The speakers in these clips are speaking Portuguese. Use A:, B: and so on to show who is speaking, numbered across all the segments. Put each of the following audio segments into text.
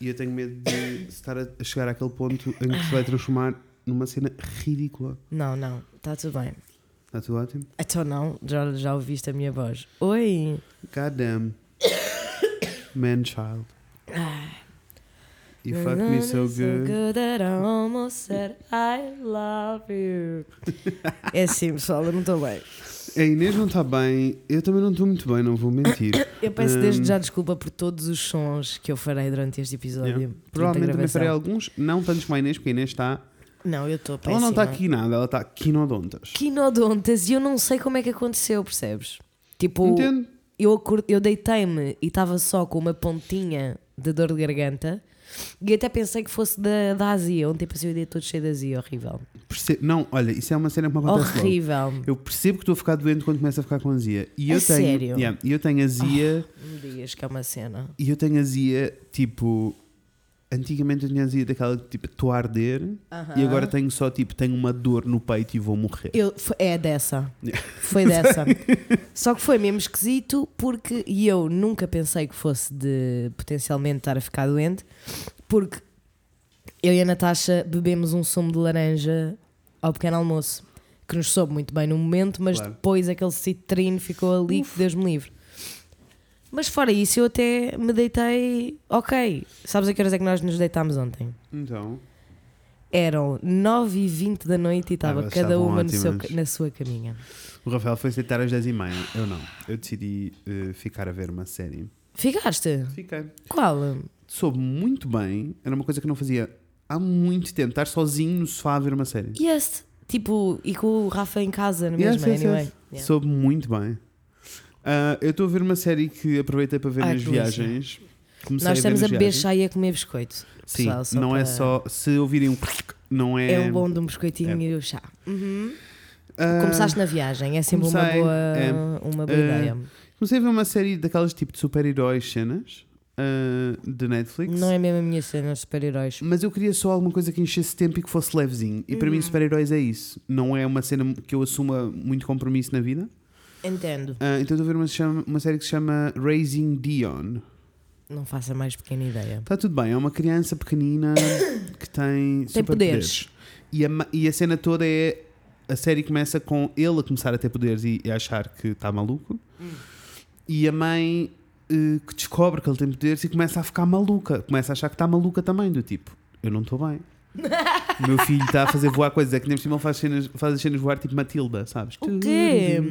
A: E eu tenho medo de estar a a chegar àquele ponto em que se vai transformar numa cena ridícula.
B: Não, não, está tudo bem.
A: Está tudo ótimo?
B: Então não, já, já ouviste a minha voz. Oi!
A: God damn. Man child.
B: Ah.
A: You fuck me so good.
B: that I almost said I love you. é assim, pessoal, eu não estou bem.
A: A Inês não está bem, eu também não estou muito bem, não vou mentir.
B: Eu peço desde
A: Hum.
B: já desculpa por todos os sons que eu farei durante este episódio.
A: Yeah.
B: durante a
A: Provavelmente também
B: gravação.
A: farei alguns, não tantos como a Inês, porque a Inês está.
B: Não, eu estou
A: Ela não está aqui nada, ela está quinodontas.
B: Quinodontas e eu não sei como é que aconteceu, percebes? Tipo,
A: Entendo.
B: eu, acor- eu deitei-me e estava só com uma pontinha de dor de garganta e até pensei que fosse da, da azia. Ontem passei o dia todo cheio de azia, horrível.
A: Perce- Não, olha, isso é uma cena que me acontece logo.
B: horrível.
A: Eu percebo que estou a ficar doente quando começo a ficar com azia. E
B: A
A: eu tenho,
B: sério? Ah.
A: Yeah, e eu tenho azia,
B: Me digas que é uma cena.
A: e eu tenho azia, tipo. Antigamente eu tinha azia daquela que tipo, estou a arder, e agora tenho só tipo, tenho uma dor no peito e vou morrer.
B: Eu, fo- é dessa. Foi dessa. Só que foi mesmo esquisito porque e eu nunca pensei que fosse de potencialmente estar a ficar doente, porque eu e a Natasha bebemos um sumo de laranja ao pequeno almoço, que nos soube muito bem no momento, mas
A: Claro.
B: depois aquele citrino ficou ali que Deus me livre. Mas fora isso, eu até me deitei. Ok, sabes a que horas é que nós nos deitámos ontem?
A: Então,
B: Eram 9 e 20 da noite e estava
A: vocês
B: cada
A: Ah, estavam
B: uma no seu-
A: ótimas.
B: na sua caminha.
A: o Rafael foi deitar às 10h30. Eu não. Eu decidi eh, ficar a ver uma série.
B: Ficaste?
A: Fiquei.
B: Qual?
A: soube muito bem, era uma coisa que eu não fazia há muito tempo, estar sozinho no sofá a ver uma série.
B: Yes. Tipo, e com o Rafa em casa na
A: Yes,
B: mesma,
A: yes,
B: anyway.
A: yes.
B: Yeah.
A: Soube muito bem. Ah, eu estou a ver uma série que aproveitei para ver
B: Ai,
A: nas
B: Ah, que delícia.
A: viagens. Comecei
B: Nós estamos a
A: ver nas
B: beber
A: viagens.
B: chá e a comer biscoito.
A: Sim,
B: pessoal, só
A: não é
B: para-
A: só. Se ouvirem um. Não é.
B: É o bom de um biscoitinho e o chá. Uhum.
A: Ah,
B: Começaste na viagem, é sempre
A: comecei,
B: uma boa,
A: é.
B: uma boa
A: Ah,
B: ideia.
A: Comecei a ver uma série daquelas tipo de super-heróis cenas ah, de Netflix.
B: Não é mesmo a minha cena, super-heróis.
A: Mas eu queria só alguma coisa que enchesse tempo e que fosse levezinho. E para
B: Uhum.
A: mim, super-heróis é isso. Não é uma cena que eu assuma muito compromisso na vida.
B: Entendo.
A: Ah, então estou a ver uma, chama- uma série que se chama Raising Dion.
B: Não faço a mais pequena ideia.
A: Está tudo bem, é uma criança pequenina que tem,
B: Tem
A: superpoderes.
B: poderes.
A: E a, ma- e a cena toda é. A série começa com ele a começar a ter poderes e, e a achar que está maluco.
B: Hum.
A: E a mãe eh, que descobre que ele tem poderes e começa a ficar maluca. Começa a achar que está maluca também, do tipo, eu não estou bem. O meu filho está a fazer voar coisas. É que nem por cima ele faz, cenas, faz as cenas voar tipo Matilda, sabes?
B: O quê?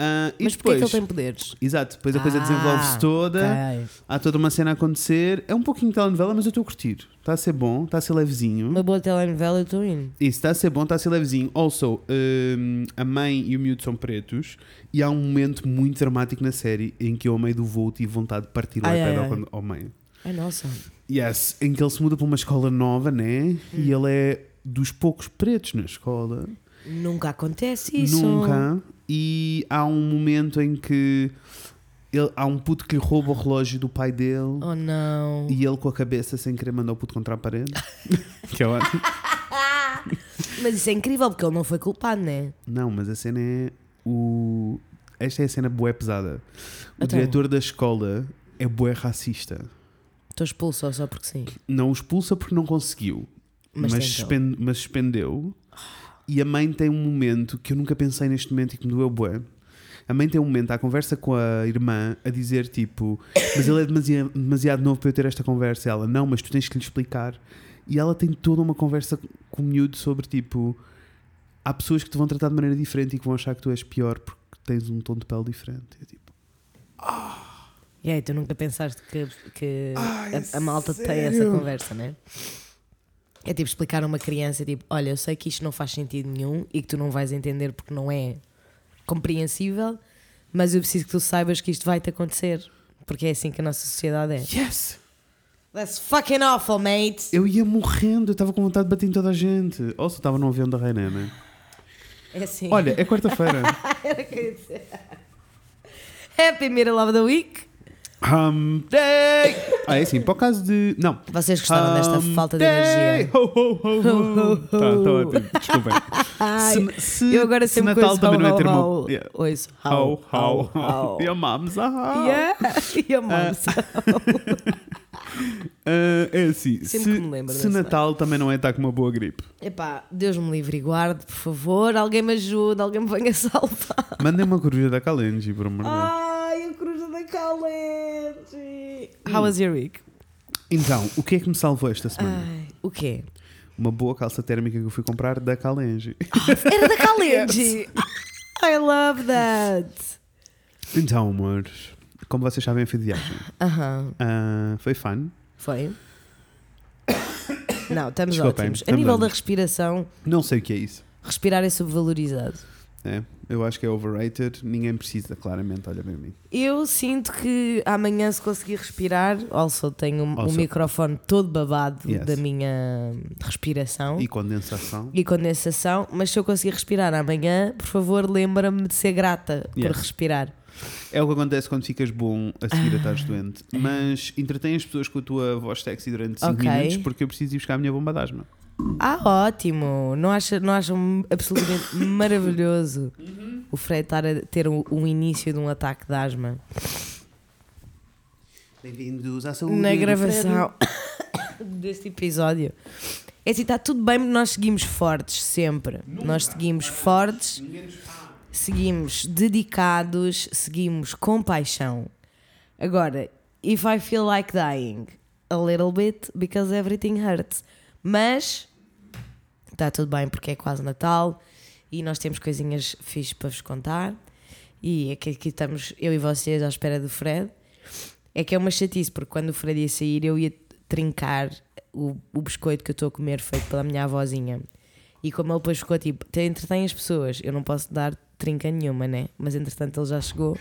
A: Ah, e
B: Mas porquê é
A: depois,
B: que ele tem poderes?
A: Exato, depois a coisa
B: Ah,
A: desenvolve-se toda.
B: Ok.
A: Há toda uma cena a acontecer. É um pouquinho de telenovela, mas eu estou a curtir. Está a ser bom, está a ser levezinho.
B: Uma boa telenovela, eu estou indo.
A: Isso, está a ser bom, está a ser levezinho. Also, hum, a mãe e o miúdo são pretos e há um momento muito dramático na série em que eu, ao meio do voo, tive vontade de partir o
B: Ai,
A: iPad
B: ai,
A: ao,
B: ai.
A: quando- ao meio.
B: Ai, nossa.
A: Yes, em que ele se muda para uma escola nova, né? E
B: Hum.
A: ele é dos poucos pretos na escola.
B: Nunca acontece isso.
A: Nunca. E há um momento em que ele- há um puto que lhe rouba o relógio do pai dele.
B: Oh, não.
A: E ele com a cabeça sem querer mandou o puto contra a parede. que é ótimo.
B: Mas isso é incrível porque ele não foi culpado, né?
A: Não, mas a cena é o. Esta é a cena bué pesada. O
B: Então.
A: diretor da escola é bué racista.
B: Estou expulso só- só porque sim.
A: Não o expulsa porque não conseguiu,
B: Mas
A: mas,
B: tentou.
A: suspende- mas suspendeu. E a mãe tem um momento que eu nunca pensei neste momento e que me doeu bué. A mãe tem um momento à conversa com a irmã a dizer tipo, mas ele é demasiado, demasiado novo para eu ter esta conversa. Ela, não, mas tu tens que lhe explicar. E ela tem toda uma conversa com o miúdo sobre tipo, há pessoas que te vão tratar de maneira diferente e que vão achar que tu és pior porque tens um tom de pele diferente. Eu, tipo,
B: E aí, tu nunca pensaste que, que
A: Ai,
B: a, a malta tem
A: sério?
B: essa conversa, né? É tipo explicar a uma criança, tipo, olha, eu sei que isto não faz sentido nenhum e que tu não vais entender porque não é compreensível, mas eu preciso que tu saibas que isto vai-te acontecer. Porque é assim que a nossa sociedade é.
A: yes!
B: That's fucking awful, mate!
A: Eu ia morrendo, eu estava com vontade de bater em toda a gente. Ou se estava no avião da Rainha, né?
B: É assim.
A: Olha, é quarta-feira.
B: Era o que eu ia dizer. Happy Middle of the Week!
A: Hum, day! Ah, é assim, para o caso de. Não.
B: Vocês gostaram desta
A: Hum,
B: falta de
A: day!
B: energia?
A: Ho, ho, ho, ho.
B: Ho, ho,
A: Tá, tá
B: ho.
A: ótimo. Desculpem.
B: Ai,
A: Se- se-
B: eu agora
A: se
B: sempre
A: Natal
B: conheço
A: também não é termo-
B: how,
A: Yeah.
B: Ouço,
A: How,
B: how,
A: how,
B: how.
A: ah, how. E amámos a how.
B: Ah. Yeah, e a massa.
A: Ah, é assim,
B: Sempre
A: se,
B: que me lembro
A: se
B: dessa data.
A: Natal também não é estar com uma boa gripe.
B: Epá, Deus me livre e guarde, por favor. Alguém me ajuda, alguém me venha salvar.
A: Mandem uma coruja da Calenji, por amor de
B: Ah.
A: Deus.
B: Ai, a coruja da Calente. How was your week?
A: Então, o que é que me salvou esta semana?
B: Ai, o quê?
A: Uma boa calça térmica que eu fui comprar da Calenji.
B: Era da Calente. I love that.
A: Então, amores, como vocês sabem, eu fui de viagem.
B: Aham.
A: Ah, foi fun.
B: Foi? Não, estamos
A: Desculpem,
B: ótimos. A
A: estamos
B: nível da
A: ótimos.
B: respiração,
A: Não sei o que é isso.
B: respirar é subvalorizado.
A: É, eu acho que é overrated. Ninguém precisa, claramente. Olha bem a mim.
B: Eu sinto que amanhã, se conseguir respirar, also tenho um- o
A: Also.
B: microfone todo babado
A: Yes.
B: da minha respiração.
A: E
B: E...
A: condensação.
B: condensação, mas se eu conseguir respirar amanhã, por favor, lembra-me de ser grata por
A: Yes.
B: respirar.
A: É o que acontece quando ficas bom a seguir a estás doente. Mas entretém as pessoas com a tua voz sexy durante 5
B: Ok.
A: minutos porque eu preciso ir buscar a minha bomba de asma.
B: Ah, ótimo! Não acham não acham absolutamente maravilhoso
A: Uhum.
B: o Fred estar a ter um, um início de um ataque de asma?
A: Bem-vindos à saúde.
B: na gravação um deste episódio. É assim, está tudo bem, nós seguimos fortes sempre. Nós seguimos fortes, seguimos dedicados, seguimos com paixão. Agora, if I feel like dying, a little bit, because everything hurts. Mas está tudo bem porque é quase Natal e nós temos coisinhas fixas para vos contar. E é que aqui estamos eu e vocês à espera do Fred. É que é uma chatice, porque quando o Fred ia sair, eu ia trincar o, o biscoito que eu estou a comer feito pela minha avózinha. E como ele depois ficou tipo, "Te- entretém as pessoas, eu não posso dar trinca nenhuma, né? Mas entretanto ele já chegou,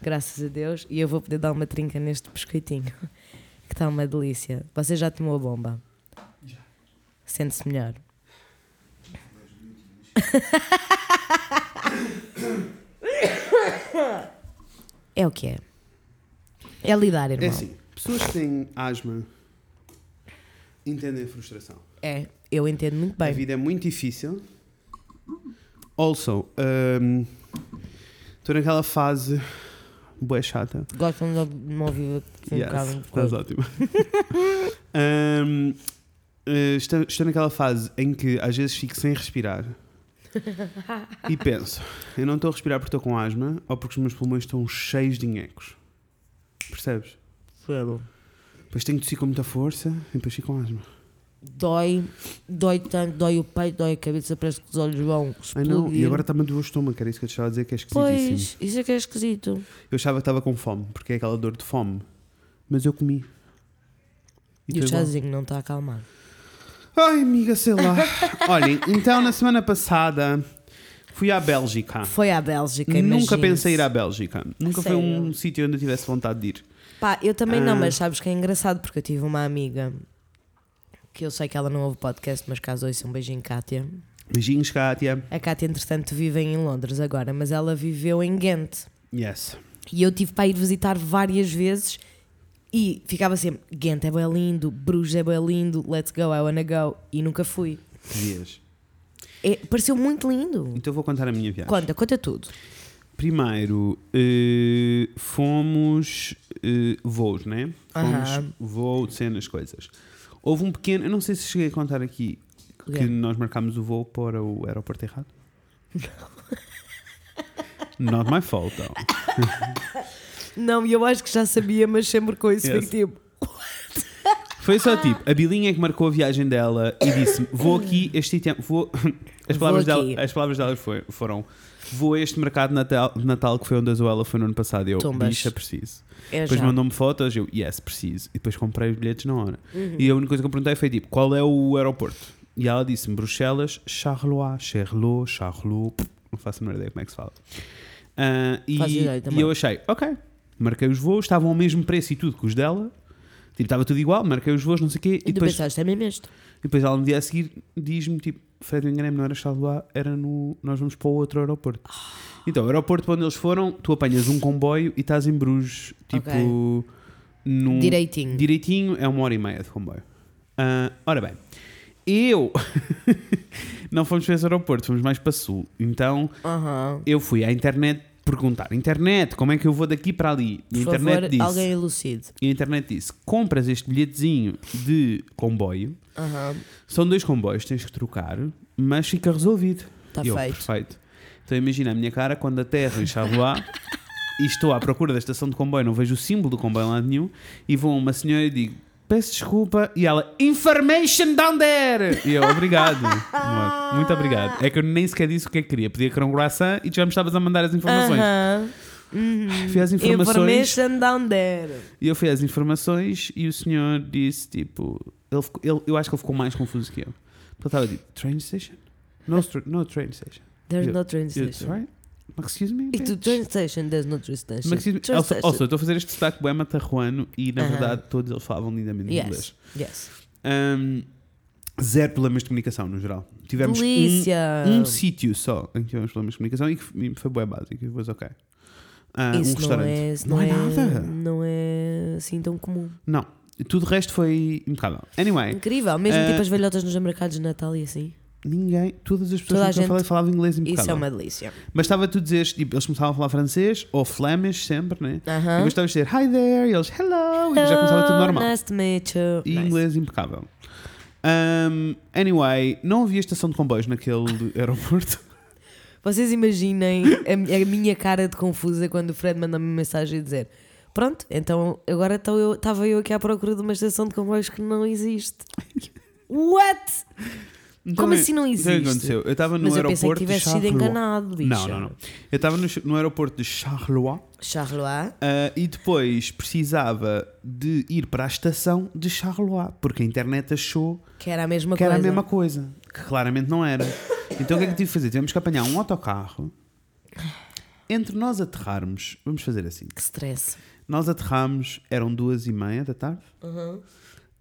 B: graças a Deus, e eu vou poder dar uma trinca neste biscoitinho, que está uma delícia. Você já tomou a bomba? Já. Sente-se melhor. é o que é. É lidar, irmão.
A: É assim, pessoas que têm asma entendem a frustração.
B: É, eu entendo muito
A: A
B: bem.
A: vida é muito difícil. Also, um, estou naquela fase boa chata.
B: Gostam de ouvir- de me ouvir um
A: Yes,
B: bocado de
A: estás
B: coisa.
A: ótimo. Um, eh, estou, estou naquela fase em que às vezes fico sem respirar e penso: eu não estou a respirar porque estou com asma ou porque os meus pulmões estão cheios de inecos. Percebes? Depois tenho que tossir com muita força e depois fico com asma.
B: Dói, dói tanto, dói o peito, dói a cabeça, parece que os olhos vão
A: Ai
B: explodir.
A: Ah, não, e agora está-me a doer o estômago, era isso que eu te estava a dizer que é esquisitíssimo.
B: Pois, isso é que é esquisito.
A: Eu achava que estava com fome, porque é aquela dor de fome. Mas eu comi.
B: E,
A: tô
B: o
A: igual.
B: chazinho não está a acalmar.
A: Ai, amiga, sei lá. Olhem, então na semana passada fui à Bélgica.
B: Foi à Bélgica,
A: Ah. Nunca
B: imagina-se.
A: pensei ir à Bélgica. Nunca foi
B: sério?
A: um sítio onde eu tivesse vontade de ir.
B: Pá, eu também
A: Ah.
B: não, mas sabes que é engraçado porque eu tive uma amiga que eu sei que ela não ouve podcast, mas caso ouça, um beijinho, Kátia.
A: Beijinhos, Kátia.
B: A Kátia, entretanto, vive em Londres agora, mas ela viveu em Ghent.
A: Yes.
B: E eu tive para ir visitar várias vezes e ficava sempre: Ghent é bem lindo, Bruges é bem lindo, let's go, I wanna go. E nunca fui.
A: Dias.
B: É, pareceu muito lindo.
A: Então vou contar a minha viagem.
B: Conta, conta tudo.
A: Primeiro, eh, fomos eh, voos, né? Fomos
B: Aham.
A: voo, cenas, coisas. Houve um pequeno, eu não sei se cheguei a contar aqui, que
B: Ok.
A: nós marcámos o voo para o aeroporto errado. Não. Not my fault, though.
B: Não, e eu acho que já sabia, mas sempre com isso
A: Yes.
B: fico tipo.
A: Foi só tipo, a Bilinha é que marcou a viagem dela e disse-me: Vou aqui este item. Vou... As, palavras
B: Vou
A: dela,
B: aqui.
A: as palavras dela foi- foram: Vou a este mercado de Natal, de Natal que foi onde a Zoela foi no ano passado. E eu,
B: Tumbas.
A: bicha, preciso.
B: É
A: Depois
B: já.
A: mandou-me fotos, eu, yes, preciso. E depois comprei os bilhetes na hora.
B: Uhum.
A: E a única coisa que eu perguntei foi tipo, qual é o aeroporto? E ela disse-me Bruxelas, Charleroi, Charleroi, Charleroi, pff, não faço a menor ideia como é que se fala. Ah, e,
B: Faz ideia também.
A: e eu achei, ok, marquei os voos, estavam ao mesmo preço e tudo que os dela. Tipo, estava tudo igual, marquei os voos, não sei o quê.
B: E
A: E
B: tu
A: depois,
B: pensaste, é mesmo isto?
A: e depois ela no dia a seguir diz-me tipo, Fred, eu enganei-me, não era Charleroi, era no... Nós vamos para o outro aeroporto.
B: Ah.
A: Então, o aeroporto para onde eles foram, tu apanhas um comboio e estás em Bruges, tipo... Num,
B: Direitinho.
A: Direitinho é uma hora e meia de comboio. Ah, ora bem, eu não fomos para esse aeroporto, fomos mais para sul. Então
B: Aham.
A: eu fui à internet perguntar: internet, como é que eu vou daqui para ali? E a
B: Por
A: internet
B: favor,
A: disse:
B: alguém elucide.
A: E a internet disse: compras este bilhetezinho de comboio,
B: Aham,
A: são dois comboios, tens que trocar, mas fica resolvido.
B: está
A: E eu,
B: Tá feito.
A: Perfeito. Então imagina a minha cara quando aterro em Charlois e estou à procura da estação de comboio, não vejo o símbolo do comboio em lado nenhum e vou a uma senhora e digo peço desculpa e ela information down there e eu obrigado amor, muito obrigado é que eu nem sequer disse o que é que queria podia que era um croissant e já me estavas a mandar as informações
B: Aham. Uhum.
A: fui às informações
B: Information down there.
A: e eu fui às informações e o senhor disse tipo ele, ficou- ele- eu acho que ele ficou mais confuso que eu porque ele estava tipo train station no, str- no train station
B: There's
A: Eu-
B: no train
A: Eu disse,
B: station.
A: "Right? Excuse me?
B: E tu,
A: bitch."
B: train station, there's no train station.
A: Mas, excuse me,
B: Train
A: also,
B: station.
A: also, eu estou a fazer este sotaque bem matarruano e na
B: Aham.
A: verdade todos eles falavam lindamente
B: yes,
A: inglês.
B: yes.
A: Ahm, zero problemas de comunicação no geral. Tivemos um-
B: Polícia.
A: um, sítio só em que tivemos problemas de comunicação e que f- e foi bem básico. E depois, ok. Ah, um
B: Isso não
A: restaurante.
B: é, isso
A: Não
B: não,
A: é
B: é,
A: nada.
B: Não é assim tão comum.
A: Não. Tudo o resto foi impecável. Anyway,
B: Incrível, mesmo
A: Eh,
B: tipo as velhotas nos mercados de Natal e assim.
A: ninguém, todas as pessoas
B: Toda a
A: com que eu
B: gente-
A: falei falavam inglês impecável.
B: Isso é uma delícia.
A: Mas estava a tu dizeres, tipo, eles começavam a falar francês ou flemish sempre, né? E
B: Aham.
A: depois estavas a dizer hi there e eles hello e já começava tudo
B: Hello,
A: normal.
B: Nice to meet you.
A: E
B: Nice.
A: inglês impecável. Um, anyway, não havia estação de comboios naquele aeroporto.
B: Vocês imaginem a, mi- a minha cara de confusa quando o Fred manda-me uma mensagem a dizer: Pronto, então agora estou eu- estava eu, aqui à procura de uma estação de comboios que não existe. What?
A: Então,
B: Como assim não
A: Então, o que
B: existe?
A: aconteceu? Eu estava no
B: Mas eu pensei que
A: aeroporto de
B: tivesse sido
A: Charleroi.
B: enganado, bicho.
A: Não, não, não. Eu estava no, no aeroporto de Charleroi
B: Charleroi.
A: ah, e depois precisava de ir para a estação de Charleroi porque a internet achou
B: Que era a mesma
A: que era
B: coisa.
A: a mesma coisa, que claramente não era. Então o que é que tive de fazer? Tivemos que apanhar um autocarro. Entre nós aterrarmos, vamos fazer assim.
B: Que stress.
A: Nós aterramos, eram duas e meia da tarde.
B: Uhum.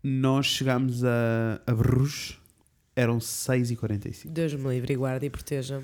A: Nós chegámos a, a Bruges, eram 6h45.
B: Deus me livre e guarde e proteja.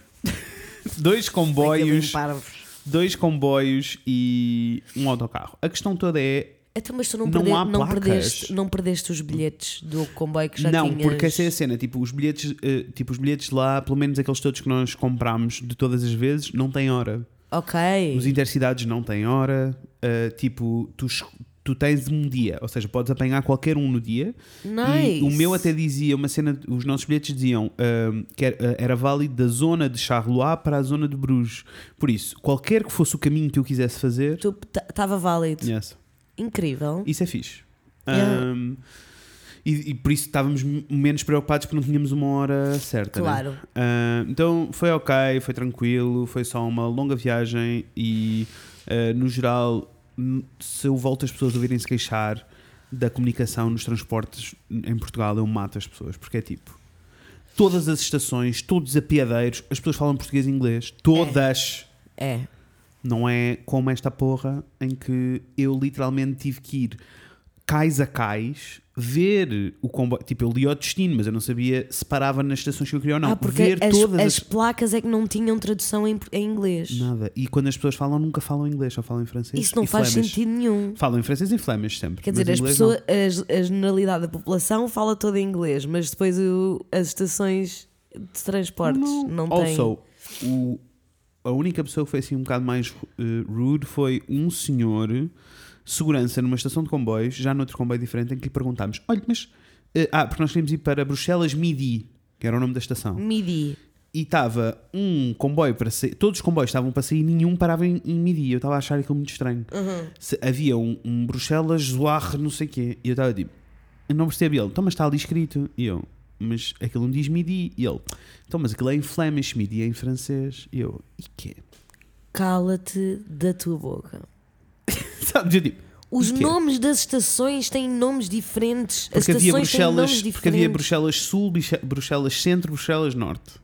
A: Dois comboios,
B: Então,
A: dois comboios e um autocarro. A questão toda é.
B: Então, mas tu não,
A: Não
B: perde-
A: há
B: não
A: placas.
B: perdeste, não perdeste os bilhetes do comboio que já
A: não,
B: tinhas.
A: porque essa é a cena. Tipo, os bilhetes, eh, tipo, os bilhetes lá, pelo menos aqueles todos que nós comprámos de todas as vezes, não têm hora.
B: Ok.
A: Os intercidades não têm hora. eh, tipo, tu, es- tu tens um dia, ou seja, podes apanhar qualquer um no dia.
B: Nice.
A: E o meu até dizia uma cena, os nossos bilhetes diziam ahm, que era, ah, era válido da zona de Charleroi para a zona de Bruges. Por isso, qualquer que fosse o caminho que eu quisesse fazer,
B: Estava válido.
A: yes.
B: Incrível.
A: isso é fixe.
B: Yeah.
A: Ahm, e, e por isso estávamos m- menos preocupados porque não tínhamos uma hora certa. né?
B: Claro.
A: Ah, então foi ok, foi tranquilo, foi só uma longa viagem e ah, no geral, n- se eu volto as pessoas a ouvirem se queixar da comunicação nos transportes em Portugal, eu mato as pessoas, porque é tipo. Todas as estações, todos os apiadeiros, as pessoas falam português e inglês. Todas!
B: É.
A: Não é como esta porra em que eu literalmente tive que ir cais a cais, ver o comboio. Tipo, eu li o destino, mas eu não sabia se parava nas estações que eu queria ou não.
B: ah, porque
A: ver
B: as,
A: todas
B: as placas é que não tinham tradução em, em inglês.
A: Nada. E quando as pessoas falam, nunca falam inglês, só falam em francês.
B: Isso não
A: e
B: faz
A: flemish.
B: sentido nenhum.
A: Falam em francês e flemish sempre.
B: Quer
A: mas
B: dizer, as
A: inglês
B: pessoas, as- a generalidade da população fala toda em inglês, mas depois o- as estações de transportes não,
A: não.
B: têm.
A: Also, o, a única pessoa que foi assim um bocado mais eh, rude foi um senhor, segurança, numa estação de comboios, já noutro comboio diferente, em que lhe perguntámos: olha, mas. eh, ah, porque nós queríamos ir para Bruxelas Midi, que era o nome da estação.
B: Midi.
A: e estava um comboio para sair, todos os comboios estavam para sair, nenhum parava em, em midi. Eu estava a achar aquilo muito estranho.
B: Uhum.
A: Se- havia um, um Bruxelas, Zoarre, não sei o quê, e eu estava tipo, eu não percebi ele, então, mas está ali escrito. E eu, mas aquilo não diz midi. E ele, então, mas aquilo é em flemish, midi é em francês. E eu, e quê?
B: Cala-te da tua boca.
A: Sabe, eu tipo,
B: Os
A: Porquê?
B: nomes das estações têm nomes diferentes. As
A: porque
B: estações
A: havia,
B: têm nomes
A: Bruxelas,
B: diferentes.
A: porque havia Bruxelas Sul, Bruxe- Bruxelas Centro, Bruxelas Norte.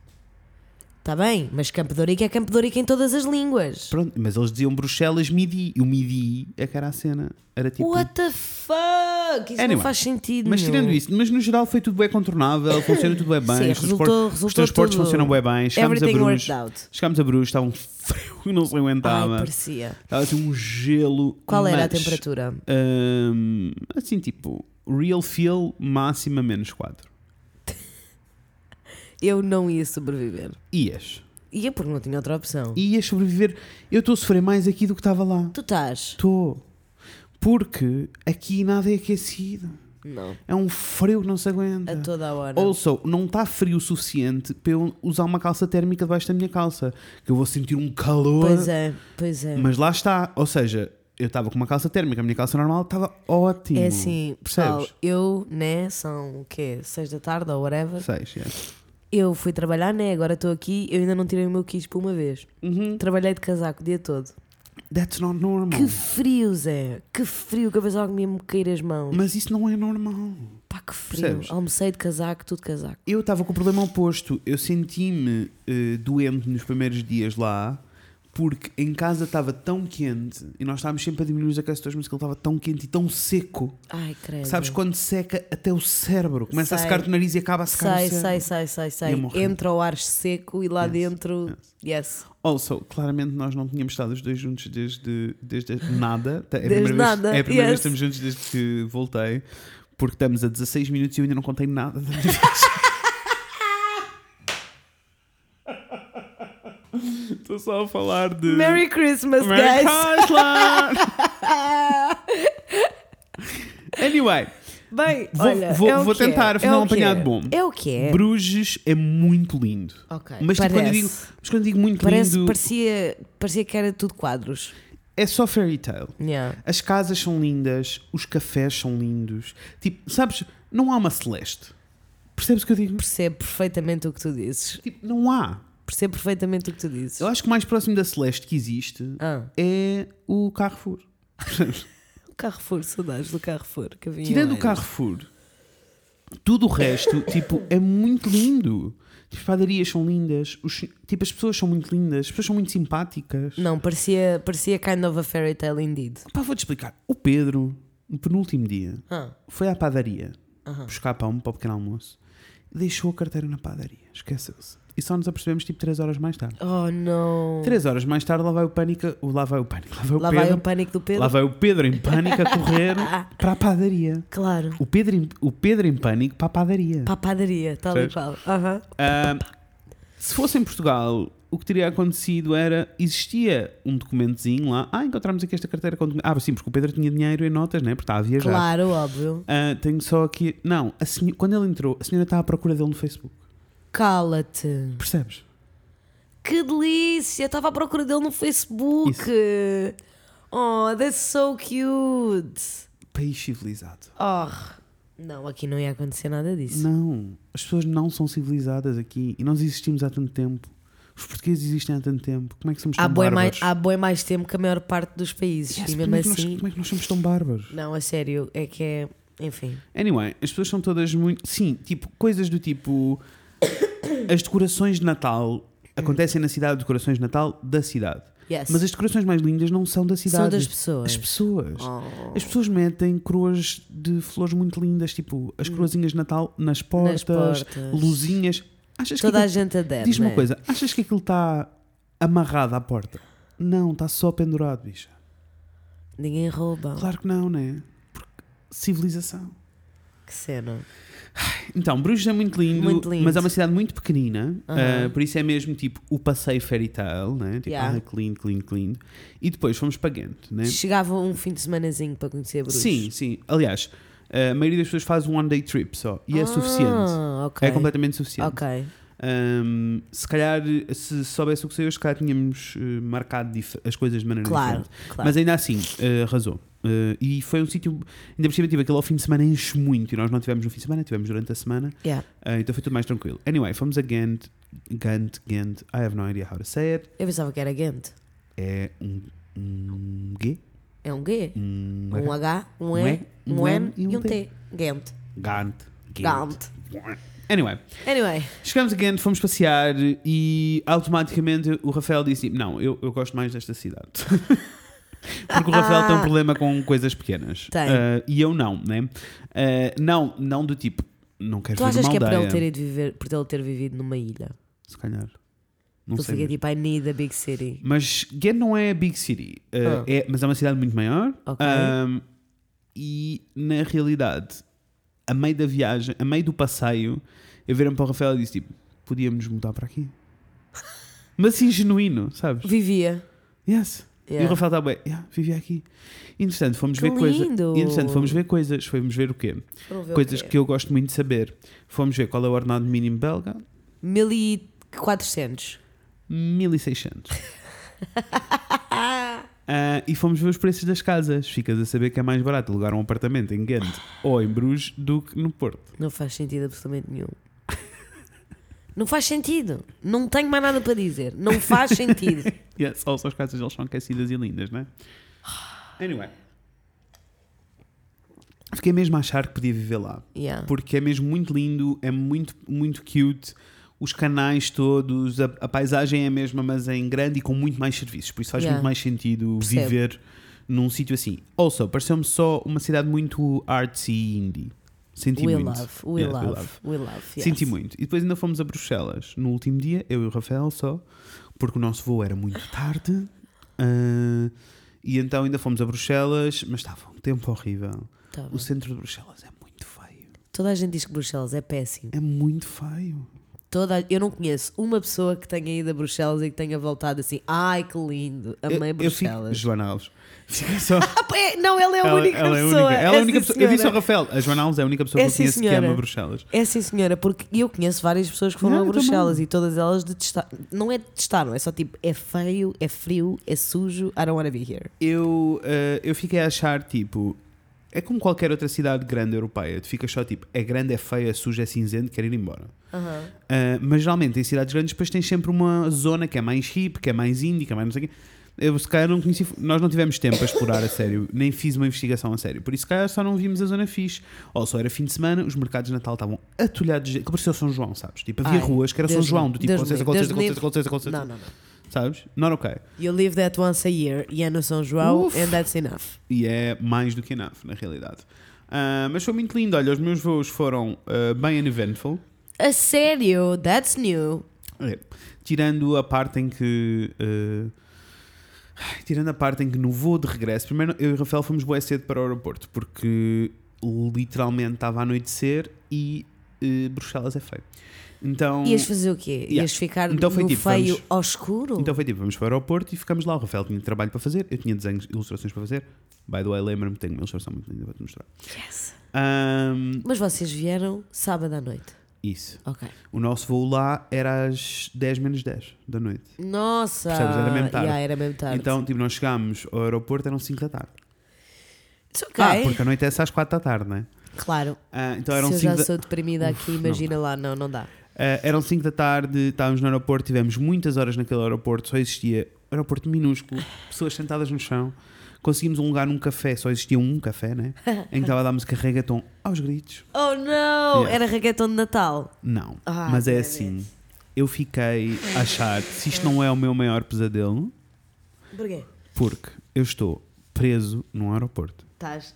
B: Está Tá bem, mas Campo de Ourique é Campo de Ourique em todas as línguas.
A: Pronto, mas eles diziam Bruxelas Midi, e o Midi é que era a cena. Era tipo,
B: What the fuck? Isso
A: Anyway,
B: não faz sentido.
A: Mas
B: nenhum.
A: tirando isso, mas no geral foi tudo bem contornável, funciona tudo bem bem.
B: Sim,
A: os,
B: resultou-
A: transportes, os
B: resultou
A: transportes
B: tudo.
A: funcionam bem bem. Chegámos a
B: Everything
A: Bruges,
B: worked out.
A: chegámos a Bruges, estava um frio que não se
B: Ai,
A: aguentava.
B: parecia.
A: Estava assim um gelo.
B: Qual era a
A: mas,
B: temperatura?
A: hum, assim, tipo, real feel máxima menos 4.
B: Eu não ia sobreviver.
A: Ias.
B: Ia porque não tinha outra opção.
A: E ias sobreviver. Eu estou a sofrer mais aqui do que estava lá.
B: Tu estás?
A: Estou. Porque aqui nada é aquecido.
B: Não.
A: É um frio que não se
B: A
A: aguenta.
B: toda a hora.
A: Also, não está frio o suficiente para eu usar uma calça térmica debaixo da minha calça. Que eu vou sentir um calor.
B: Pois é, pois é.
A: Mas lá está. Ou seja, eu estava com uma calça térmica, a minha calça normal estava ótima.
B: É assim, pessoal,
A: Percebes?
B: eu, né, são o quê? Seis da tarde ou whatever.
A: Seis, é. yeah.
B: Eu fui trabalhar, né, agora estou aqui, eu ainda não tirei o meu quis por uma vez.
A: Uhum.
B: Trabalhei de casaco o dia todo.
A: That's not normal.
B: Que frio, Zé! Que frio que eu pensava que me ia me cair as mãos.
A: Mas isso não é normal.
B: Pá, que frio.
A: Percebes?
B: Almocei de casaco, tudo de casaco.
A: Eu estava com o problema oposto. Eu senti-me eh, doente nos primeiros dias lá, porque em casa estava tão quente e nós estávamos sempre a diminuir os aquecedores, mas aquilo estava tão quente e tão seco.
B: Ai, credo.
A: Sabes quando seca até o cérebro? Começa a
B: Sei.
A: secar o nariz e acaba a secar
B: Sai,
A: o cérebro.
B: sai, sai, sai, sai.
A: Ia morrer.
B: Entra o ar seco e lá
A: Yes,
B: dentro. Yes.
A: Also, claramente nós não tínhamos estado os dois juntos desde, desde nada. É a
B: Desde
A: primeira vez-
B: nada,
A: é a primeira
B: yes.
A: vez que estamos juntos desde que voltei, porque estamos a 16 minutos e eu ainda não contei nada. da minha viagem. Estou só a falar de.
B: Merry Christmas,
A: Uh, Merry
B: guys!
A: Christmas! anyway,
B: Bem,
A: Vou-
B: olha,
A: vou-
B: é o
A: vou
B: que é,
A: tentar
B: é
A: fazer um
B: o que
A: apanhado
B: é.
A: bom.
B: É o que é.
A: Bruges é muito lindo.
B: Ok,
A: Mas, tipo, quando eu digo,
B: parece.
A: mas quando eu digo muito
B: Parece,
A: lindo,
B: parecia, parecia que era tudo quadros.
A: é só fairy tale.
B: Yeah.
A: As casas são lindas, os cafés são lindos. Tipo, sabes, não há uma celeste. Percebes o que eu digo?
B: Percebo perfeitamente o que tu dizes.
A: Tipo, não há.
B: Percebo perfeitamente o que tu dizes.
A: Eu acho que o mais próximo da celeste que existe
B: Ah,
A: é o Carrefour.
B: o Carrefour, saudades do Carrefour. Que havia
A: Tirando o
B: antes.
A: Carrefour, tudo o resto, tipo, é muito lindo. Tipo, As padarias são lindas, os- tipo, as pessoas são muito lindas, as pessoas são muito simpáticas.
B: Não, parecia, parecia kind of a fairy tale indeed.
A: Pá, vou-te explicar. O Pedro, no penúltimo dia,
B: Ah,
A: foi à padaria
B: Aham.
A: buscar pão para o pequeno almoço e deixou a carteira na padaria. Esqueceu-se. E só nos apercebemos tipo 3 horas mais tarde.
B: oh não.
A: 3 horas mais tarde lá vai o pânico, lá vai o pânico, lá vai o
B: Lá
A: Pedro,
B: vai o pânico do Pedro?
A: lá vai o Pedro em pânico a correr para a padaria.
B: Claro.
A: O Pedro, em- o Pedro em pânico para a padaria.
B: Para a padaria, tal e
A: Percebes?
B: qual. Aham.
A: Ah, se fosse em Portugal, o que teria acontecido era existia um documentozinho lá. Ah, encontramos aqui esta carteira com documento. Ah, sim, porque o Pedro tinha dinheiro em notas, né? Porque estava a viajar.
B: Claro, óbvio.
A: Ah, tenho só aqui. Não, a senho- quando ele entrou, a senhora estava à procura dele no Facebook.
B: Cala-te.
A: Percebes?
B: Que delícia! Estava à procura dele no Facebook. Oh, that's so cute.
A: País civilizado.
B: Oh. Não, aqui não ia acontecer nada disso.
A: Não, as pessoas não são civilizadas aqui e nós existimos há tanto tempo. Os portugueses existem há tanto tempo. Como é que somos tão
B: Há boi,
A: bárbaros?
B: mais, há bué mais tempo que a maior parte dos países.
A: Yes,
B: e
A: como,
B: mesmo
A: é que nós,
B: assim.
A: como é que nós somos tão bárbaros?
B: Não, a sério, é que é. Enfim.
A: Anyway, as pessoas são todas muito. Sim, tipo, coisas do tipo. As decorações de Natal acontecem na cidade, decorações de Natal da cidade.
B: Yes.
A: Mas as decorações mais lindas não são da cidade.
B: São das pessoas.
A: As pessoas.
B: Oh.
A: As pessoas metem coroas de flores muito lindas, tipo as coroazinhas de Natal nas portas,
B: Hum. Nas portas.
A: luzinhas. Achas
B: Toda
A: que
B: a
A: aquilo-
B: gente adere.
A: Diz-me
B: né?
A: uma coisa, achas que aquilo está amarrado à porta? Não, está só pendurado, bicha.
B: Ninguém rouba.
A: Claro que não, né? Porque civilização.
B: Que cena.
A: Então, Bruges é muito lindo,
B: Muito lindo.
A: mas é uma cidade muito pequenina,
B: Aham.
A: ah, por isso é mesmo tipo o passeio fairy tale, né? Tipo,
B: Yeah.
A: ah, que lindo, que lindo, que lindo. E depois fomos para Ghent, né?
B: Chegava um fim de semanazinho para conhecer Bruges.
A: Sim, sim. Aliás, a maioria das pessoas faz um one day trip só e é
B: Ah,
A: suficiente.
B: ok.
A: É completamente suficiente. É
B: Ok.
A: Um, se calhar, se soubesse o que saiu, se calhar tínhamos eh, marcado dif- as coisas de maneira
B: Claro,
A: diferente.
B: claro.
A: Mas ainda assim, eh, arrasou. Eh, e foi um sítio, ainda por cima, tive aquele ao fim de semana enche muito e nós não tivemos no fim de semana, tivemos durante a semana,
B: Yeah.
A: Eh, então foi tudo mais tranquilo. Anyway, fomos a Ghent, Ghent, Ghent, I have no idea how to say it.
B: Eu pensava que era Ghent.
A: É um, um G,
B: É um G.
A: um,
B: Um H, um E, um N e um T. Ghent.
A: Gant.
B: Gant.
A: Anyway,
B: Anyway.
A: Chegámos a Ghent, fomos passear e automaticamente o Rafael disse: Não, eu, eu gosto mais desta cidade. Porque o Rafael tem um problema com coisas pequenas.
B: Ah. Tem.
A: Ah, e eu não, né? Ah, não, não do tipo, não quero
B: Tu
A: ver
B: achas
A: uma
B: que é por
A: aldeia.
B: ele ter ido viver, por ele ter vivido numa ilha?
A: Se calhar. Não
B: Ele
A: sei.
B: fica tipo, I need a big city.
A: Mas Ghent não é a big city, ah,
B: Ah.
A: é, mas é uma cidade muito maior.
B: Ok.
A: Ah, e na realidade, a meio da viagem, a meio do passeio, eu viram para o Rafael e disse: tipo, Podíamos mudar para aqui. Mas assim, genuíno, sabes?
B: Vivia.
A: Yes. E o
B: Yeah.
A: Rafael está bem, yeah, vivia aqui. Interessante, fomos
B: Que
A: ver coisas.
B: lindo!
A: Interessante, fomos ver coisas. Fomos ver o quê?
B: Foram ver o
A: coisas
B: quê?
A: que eu gosto muito de saber. Fomos ver qual é o ordenado mínimo belga.
B: 1400.
A: 1600. Ah, e fomos ver os preços das casas. Ficas a saber que é mais barato alugar um apartamento em Ghent ou em Bruges do que no Porto.
B: Não faz sentido absolutamente nenhum. Não faz sentido. Não tenho mais nada para dizer. Não faz sentido.
A: Yes, also, é as casas deles são aquecidas e lindas, não é? Anyway. Fiquei mesmo a achar que podia viver lá.
B: Yeah.
A: porque é mesmo muito lindo, é muito, muito cute. Os canais todos, a, a paisagem é a mesma, mas é em grande e com muito mais serviços. Por isso faz
B: Yeah.
A: muito mais sentido
B: Percebo.
A: viver num sítio assim. Also, pareceu-me só uma cidade muito artsy e indie. Senti
B: We
A: muito.
B: love, we
A: Yeah,
B: love, we love. yes.
A: Senti muito. E depois ainda fomos a Bruxelas no último dia, eu e o Rafael só, porque o nosso voo era muito tarde. ah, e então ainda fomos a Bruxelas, mas estava um tempo horrível.
B: Tá bem.
A: O centro de Bruxelas é muito feio.
B: Toda a gente diz que Bruxelas é péssimo.
A: É muito feio.
B: Toda a- Eu não conheço uma pessoa que tenha ido a Bruxelas e que tenha voltado assim. Ai que lindo, amei
A: eu, eu fico-
B: Bruxelas.
A: Joana Alves. Fica só.
B: Ah, pá, é- não, ela é a
A: ela,
B: única
A: ela é a
B: pessoa.
A: única. Ela é a
B: sim,
A: única pessoa. Eu disse ao
B: senhora.
A: Rafael, a Joana Alves é a única pessoa
B: É,
A: que eu
B: sim,
A: conheço que
B: senhora.
A: ama Bruxelas.
B: É sim, senhora, porque eu conheço várias pessoas que foram
A: Não,
B: a
A: eu
B: Bruxelas e todas elas detestaram. Não é detestaram, é só tipo, é feio, é frio, é sujo, I don't wanna be here.
A: Eu, eh, eu fiquei a achar, tipo, é como qualquer outra cidade grande europeia. Tu ficas só, tipo, é grande, é feia, é suja, é cinzento, quer ir embora. Eh, mas geralmente em cidades grandes depois tens sempre uma zona que é mais hip, que é mais indie, que é mais não sei o quê. Eu, se calhar não conheci, nós não tivemos tempo a explorar a sério, nem fiz uma investigação a sério, por isso se calhar só não vimos a zona fixe. Ou só era fim de semana, os mercados de Natal estavam atulhados, de gente, que parecia São João, sabes? Tipo, havia
B: Ai,
A: ruas que era São
B: Deus
A: João,
B: me-
A: do tipo,
B: Deus
A: com licença,
B: me-
A: com licença,
B: Deus
A: com
B: me-
A: licença, com licença, com licença,
B: Não, não, não.
A: sabes? Not ok.
B: You live that once a year e é no São João
A: Uf.
B: and that's enough.
A: E é mais do que enough, na realidade. Ah, mas foi muito lindo, olha, os meus voos foram ah, bem uneventful.
B: A sério, that's new.
A: É. Tirando a parte em que. eh, ai, tirando a parte em que no voo de regresso, primeiro eu e o Rafael fomos bué cedo para o aeroporto, porque literalmente estava a anoitecer e eh, Bruxelas é feio. Então.
B: Ias fazer o quê?
A: Yeah.
B: Ias ficar
A: Então foi
B: no
A: tipo,
B: feio
A: vamos-
B: ao escuro?
A: Então foi tipo, vamos para o aeroporto e ficamos lá. O Rafael tinha trabalho para fazer, eu tinha desenhos, ilustrações para fazer. By the way, lembra-me que tenho uma ilustração muito linda para te mostrar.
B: Yes.
A: Ahm,
B: Mas vocês vieram sábado à noite.
A: isso.
B: Ok.
A: O nosso voo lá era às 10 menos 10 da noite.
B: Nossa!
A: Percebes? Era mesmo tarde.
B: Yeah, era mesmo tarde.
A: Então, tipo, nós chegámos ao aeroporto, eram 5 da tarde.
B: It's ok.
A: Ah, porque a noite é essa às 4 da tarde, não é?
B: Claro.
A: Ah, então eram
B: Se eu já
A: 5 da,
B: sou deprimida aqui, imagina lá, não, não dá.
A: ah, eram cinco da tarde, estávamos no aeroporto, tivemos muitas horas naquele aeroporto, só existia aeroporto minúsculo, pessoas sentadas no chão. Conseguimos um lugar num café, só existia um café, né? Em que estava a dar música reggaeton aos gritos.
B: Oh não!
A: Yeah.
B: Era reggaeton de Natal.
A: Não,
B: Ah,
A: mas é
B: damn
A: assim. Eu fiquei a achar, se isto não é o meu maior pesadelo,
B: Porquê?
A: porque eu estou preso num aeroporto,
B: Estás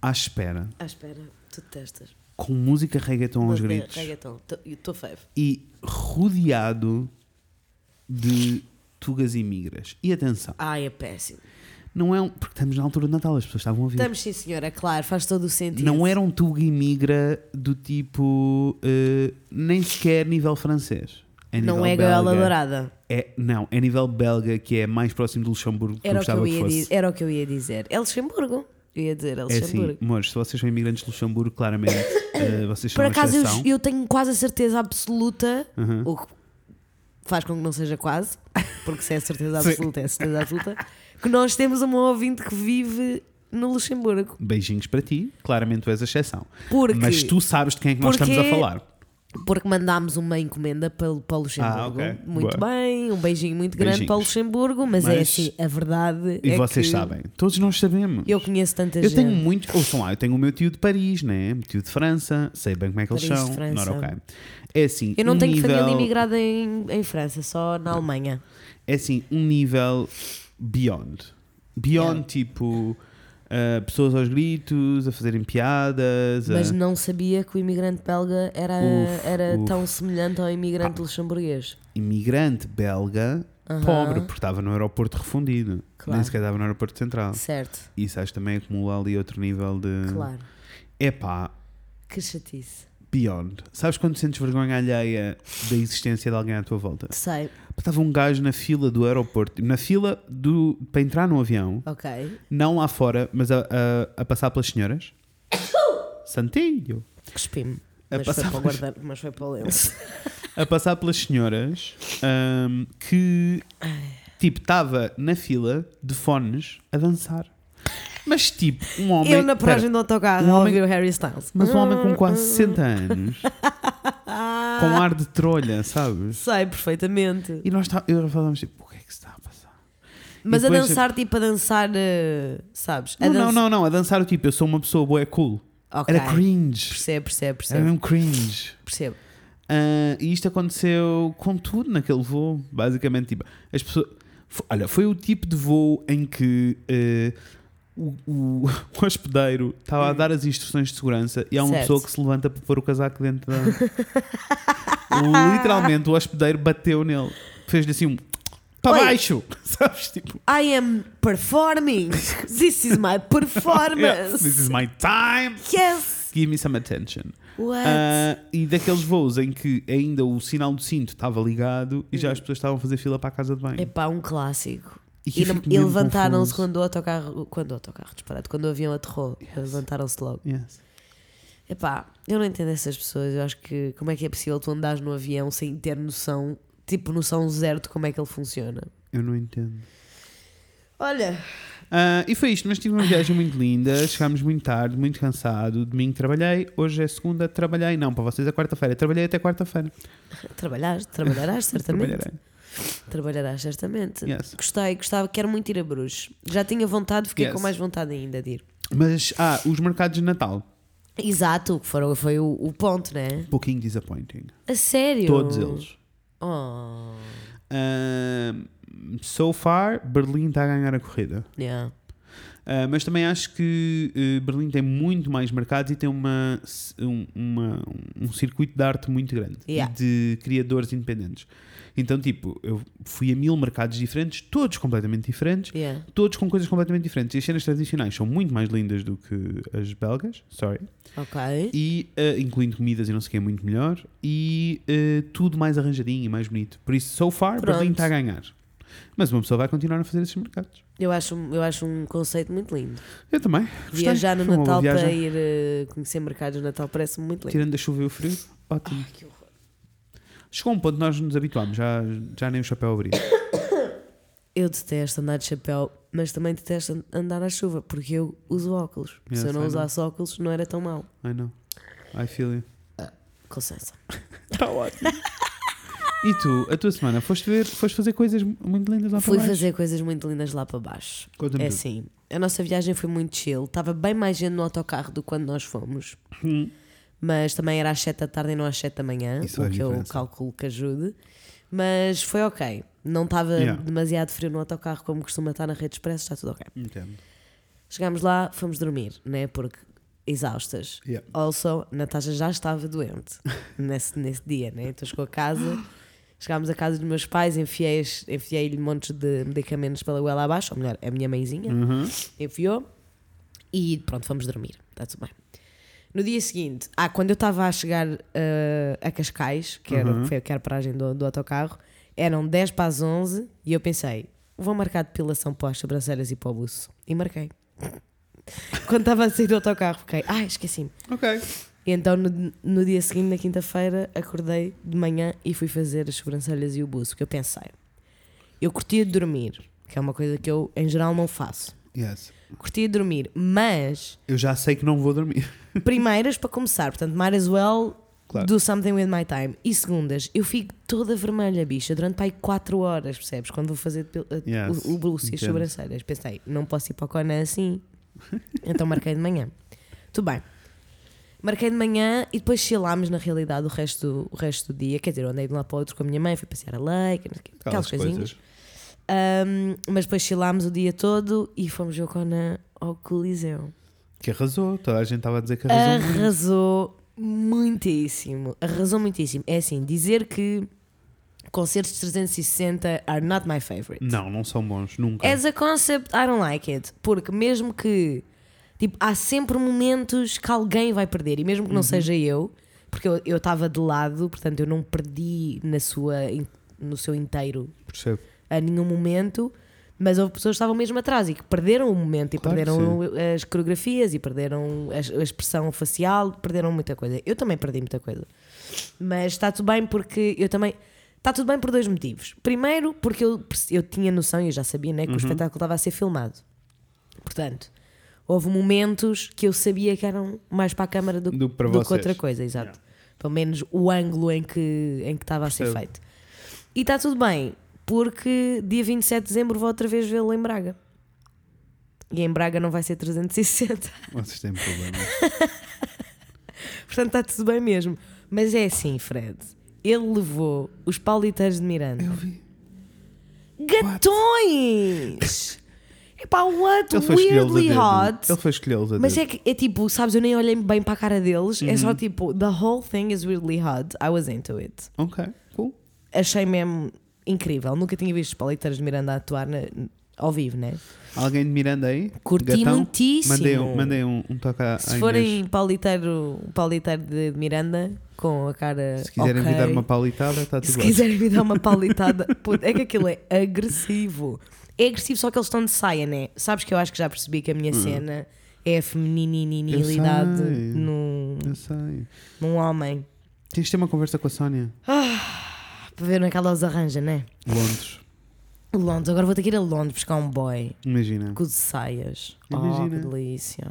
A: à espera,
B: à espera, tu testas.
A: com música reggaeton aos
B: Mas, eh,
A: gritos.
B: Reggaeton, estou feio.
A: e rodeado de tugas e migras. E atenção,
B: Ai, é péssimo.
A: não é um. Porque estamos na altura de Natal, as pessoas estavam a ouvir.
B: Estamos sim, senhora, é claro, faz todo o sentido.
A: Não era um tuga e migra do tipo. eh, nem sequer nível francês. É nível
B: Não é
A: belga.
B: gaiola dourada.
A: É, não, é nível belga, que é mais próximo de Luxemburgo do que eu
B: Era o que,
A: gostava
B: eu
A: que,
B: ia
A: fosse.
B: dizer, era o que eu ia dizer. É Luxemburgo. Eu ia dizer, é
A: É assim,
B: Luxemburgo.
A: amores, se vocês são imigrantes de Luxemburgo, claramente eh, vocês são
B: Por acaso, eu,
A: exceção. Uhum.
B: eu tenho quase a certeza absoluta, o que faz com que não seja quase, porque se é certeza
A: Sim.
B: absoluta, é certeza absoluta, que nós temos uma ouvinte que vive no Luxemburgo.
A: Beijinhos para ti, claramente tu és a exceção.
B: Porque-
A: Mas tu sabes de quem é que nós estamos a
B: Porque-
A: falar.
B: Porque mandámos uma encomenda para, para o Luxemburgo.
A: Ah, ok.
B: Muito
A: Boa.
B: bem, um beijinho muito grande
A: Beijinhos.
B: para o Luxemburgo, mas, é
A: Mas-
B: assim, a verdade
A: E
B: é
A: vocês
B: que
A: sabem, todos nós sabemos.
B: eu conheço tanta
A: Eu
B: gente.
A: tenho muito. Ouçam lá, eu tenho o meu tio de Paris, né? Meu tio de França, sei bem como é que eles
B: Paris de
A: são.
B: França.
A: Not okay. É assim.
B: Eu não
A: um
B: tenho
A: nível,
B: família imigrada em, em França, só na Alemanha.
A: É assim, um nível beyond. Beyond,
B: Yeah.
A: tipo. ah, pessoas aos gritos, a fazerem piadas. a-
B: Mas não sabia que o imigrante belga era,
A: é. Uf,
B: era
A: uf. Ah.
B: tão semelhante ao imigrante luxemburguês.
A: Imigrante belga, pobre, porque estava no aeroporto refundido.
B: Claro.
A: Nem sequer estava no aeroporto central.
B: Certo,
A: É. Isso acho que também acumula ali outro nível de.
B: claro.
A: Epá,
B: Que chatice.
A: beyond. Sabes quando sentes vergonha alheia da existência de alguém à tua volta?
B: Sei,
A: Estava um gajo na fila do aeroporto, na fila do, para entrar no avião,
B: ok.
A: não lá fora, mas a, a- a passar pelas senhoras. Santinho!
B: Cuspi-me.
A: A
B: Mas, foi
A: passar
B: para o
A: pelas-
B: guarda- mas foi para o lenço.
A: a passar pelas senhoras ahm, que tipo estava na fila de fones a dançar. Mas tipo, um homem.
B: Eu na
A: Espera,
B: paragem do autocarro
A: um
B: um
A: homem-
B: ouvi o Harry Styles.
A: mas um homem com quase 60 anos,
B: Ah,
A: com ar de trolha, sabes?
B: Sei perfeitamente.
A: E nós tá, eu falávamos tipo, o que é que se está a passar?
B: Mas a
A: depois-
B: dançar, tipo a dançar, eh, sabes? A
A: Não, não,
B: dança-
A: não, não, a dançar o tipo, eu sou uma pessoa boa, é cool.
B: Ok.
A: Era cringe.
B: Percebo, percebo,
A: Era
B: percebo.
A: mesmo cringe.
B: percebo.
A: Ah, e isto aconteceu com tudo naquele voo, basicamente. Tipo, as pessoas. fo- olha, foi o tipo de voo em que eh, o, o- o hospedeiro estava a dar as instruções de segurança e há uma
B: Certo.
A: pessoa que se levanta para pôr o casaco dentro da. Literalmente, o hospedeiro bateu nele, fez-lhe assim um. Para
B: Oi.
A: baixo! Sabes? Tipo.
B: I am performing. This is my
A: "Yeah,
B: performance.
A: É, this is my time!
B: Yes.
A: Give me some attention.
B: What?
A: Ah, e daqueles voos em que ainda o sinal do cinto estava ligado e já
B: Hum.
A: as pessoas estavam a fazer fila para a casa de banho.
B: Epá, um clássico.
A: E
B: E,
A: eu
B: não-
A: fico
B: e
A: mesmo
B: levantaram-se
A: confuso.
B: quando o autocarro. Quando o autocarro, disparado, quando o avião aterrou. Levantaram-se logo.
A: Yes.
B: Epá, eu não entendo essas pessoas. Eu acho que como é que é possível tu andares no avião sem ter noção, tipo, noção zero de como é que ele funciona?
A: Eu não entendo.
B: Olha,
A: Ah, e foi isto, mas tive uma viagem muito linda. Chegámos muito tarde, muito cansado. Domingo trabalhei, hoje é segunda, trabalhei. Não, para vocês é quarta-feira. Trabalhei até quarta-feira.
B: trabalhaste, trabalharás certamente.
A: Trabalharei.
B: Trabalharás certamente.
A: Yes.
B: Gostei, gostava, quero muito ir a Bruges. Já tinha vontade, fiquei
A: Yes.
B: com mais vontade ainda de ir.
A: Mas, ah, os mercados de Natal.
B: Exato, que foram, foi o, o ponto, né?
A: Pouquinho disappointing.
B: A sério?
A: Todos eles.
B: Oh,
A: Ah, so far, Berlim está a ganhar a corrida.
B: yeah.
A: Uh, mas também acho que uh, Berlim tem muito mais mercados e tem uma, um, uma- um circuito de arte muito grande
B: Yeah.
A: e de criadores independentes. Então, tipo, eu fui a mil mercados diferentes, todos completamente diferentes,
B: yeah.
A: todos com coisas completamente diferentes. E as cenas tradicionais são muito mais lindas do que as belgas, sorry,
B: Ok.
A: e uh, incluindo comidas e não sei o que é muito melhor, e uh, tudo mais arranjadinho e mais bonito. Por isso, so far,
B: Pronto.
A: Berlim está a ganhar. Mas uma pessoa vai continuar a fazer esses mercados.
B: Eu acho, eu acho um conceito muito lindo.
A: Eu também. Gostei.
B: Viajar no
A: Foi uma boa
B: Natal
A: viagem.
B: para ir eh, conhecer mercados de Natal parece-me muito lindo.
A: Tirando a chuva e o frio, ótimo. Chegou um ponto nós nos habituámos, já, já nem o chapéu abria.
B: Eu detesto andar de chapéu, mas também detesto an- andar à chuva, porque eu uso óculos.
A: Yeah,
B: Se eu não
A: sei,
B: usasse óculos, não era tão mal.
A: I know. I feel you.
B: Com licença.
A: Está Tá ótimo. E tu, a tua semana, foste, ver, foste fazer coisas muito lindas lá
B: Fui
A: para baixo?
B: fazer coisas muito lindas lá para baixo.
A: Conta-me
B: É
A: tudo.
B: assim, a nossa viagem foi muito chill. Estava bem mais gente no autocarro do que quando nós fomos. Mas também era às 7 da tarde e não às 7 da manhã,
A: Isso
B: o
A: faz
B: que eu
A: diferença.
B: calculo que ajude. Mas foi ok. Não estava
A: Yeah.
B: demasiado frio no autocarro, como costuma estar na rede expresso, está tudo ok.
A: Entendo.
B: Chegámos lá, fomos dormir, né? Porque exaustas.
A: Yeah.
B: Also, Natasha já estava doente nesse, nesse dia, né? Então chegou a casa, chegámos à casa dos meus pais, enfiei as- enfiei-lhe montes de medicamentos pela goela abaixo, ou melhor, é a minha mãezinha
A: Uhum.
B: enfiou e pronto, vamos dormir, está tudo bem. No dia seguinte, ah, quando eu estava a chegar eh, a Cascais, que era,
A: Uhum.
B: foi, que era a paragem do, do autocarro, eram 10 para as 11 e eu pensei, vou marcar depilação para as sobrancelhas e para o buço. E marquei. quando estava a sair do autocarro, fiquei, ah, esqueci-me.
A: Ok.
B: E então no, no dia seguinte, na quinta-feira, acordei de manhã e fui fazer as sobrancelhas e o buço, que eu pensei. Eu curtia de dormir, que é uma coisa que eu em geral não faço.
A: Yes.
B: Curtia de dormir, mas
A: Eu já sei que não vou dormir.
B: primeiras para começar, portanto, might as well
A: Claro.
B: do something with my time. E segundas, eu fico toda vermelha, bicha, durante pai 4 horas, percebes? Quando vou fazer depil- a-
A: Yes,
B: o, o bruxo e as
A: entendo.
B: sobrancelhas. Pensei, não posso ir para o Conan assim. Então marquei de manhã. Tudo bem. Marquei de manhã e depois chilámos na realidade o resto, o resto do dia. Quer dizer, eu andei de um lado para o outro com a minha mãe, fui passear a lake, não sei o quê, aquelas coisinhas. Ahm, mas depois chilámos o dia todo e fomos ver o Conan ao Coliseu.
A: Que arrasou, toda a gente estava a dizer que arrasou. muito.
B: Arrasou muitíssimo. Arrasou muitíssimo. É assim, dizer que concertos 360 are not my favorite.
A: Não, não são bons, nunca.
B: As a concept, I don't like it. Porque mesmo
A: Uhum.
B: que. Tipo, há sempre momentos que alguém vai perder. E mesmo que não seja eu, porque eu estava de lado, portanto eu não perdi na sua, in- no seu inteiro
A: Percebo.
B: a nenhum momento, mas houve pessoas que estavam mesmo atrás e que perderam o momento e
A: Claro que
B: perderam as coreografias e perderam as- a expressão facial, perderam muita coisa. Eu também perdi muita coisa. Mas está tudo bem porque eu também. Está tudo bem por dois motivos. Primeiro, porque eu, perce- eu tinha noção, e eu já sabia,
A: Uhum.
B: né, que o espetáculo estava a ser filmado. Portanto, houve momentos que eu sabia que eram mais para a câmara do,
A: Do que para
B: que
A: vocês.
B: outra coisa, exato. Pelo menos o ângulo em que, em que estava a ser
A: Percebo.
B: feito. E está tudo bem, porque dia 27 de dezembro vou outra vez vê-lo em Braga. E em Braga não vai ser 360.
A: Vocês têm problemas.
B: Portanto, está tudo bem mesmo. Mas é assim, Fred. Ele levou os pauliteiros de Miranda.
A: Eu vi.
B: Gatões! Epá, what?
A: Ele foi escolhê-los a
B: Weirdly
A: dedo.
B: hot.
A: Ele foi escolhê-los a
B: Mas
A: dedo. Uhum.
B: é que é tipo, sabes, eu nem olhei bem para a cara deles. É só tipo, the whole thing is weirdly hot. I was into it.
A: Ok, cool.
B: Achei mesmo incrível. Nunca tinha visto os pauliteiros de Miranda a atuar na- ao vivo, né?
A: Alguém de Miranda aí?
B: Curti
A: Gatão?
B: muitíssimo.
A: Mandei um, mandei um, um toque à, à
B: Se
A: Inês.
B: forem pauliteiro, pauliteiro de Miranda, com a cara.
A: Se quiserem
B: ok,
A: me dar uma palitada, está tudo
B: Se
A: bem.
B: quiserem me dar uma palitada. Puto, é que aquilo é agressivo. É agressivo, só que eles estão de saia, né? Sabes que eu acho que já percebi que a minha cena é a feminininilidade
A: Hum. Eu sei.
B: num,
A: Eu sei.
B: num homem.
A: Tens de ter uma conversa com a Sónia.
B: Para ver naquela os arranja, né?
A: Londres.
B: Londres, agora vou ter que ir a Londres buscar um boy
A: Imagina.
B: com saias. Oh, que
A: Imagina.
B: delícia.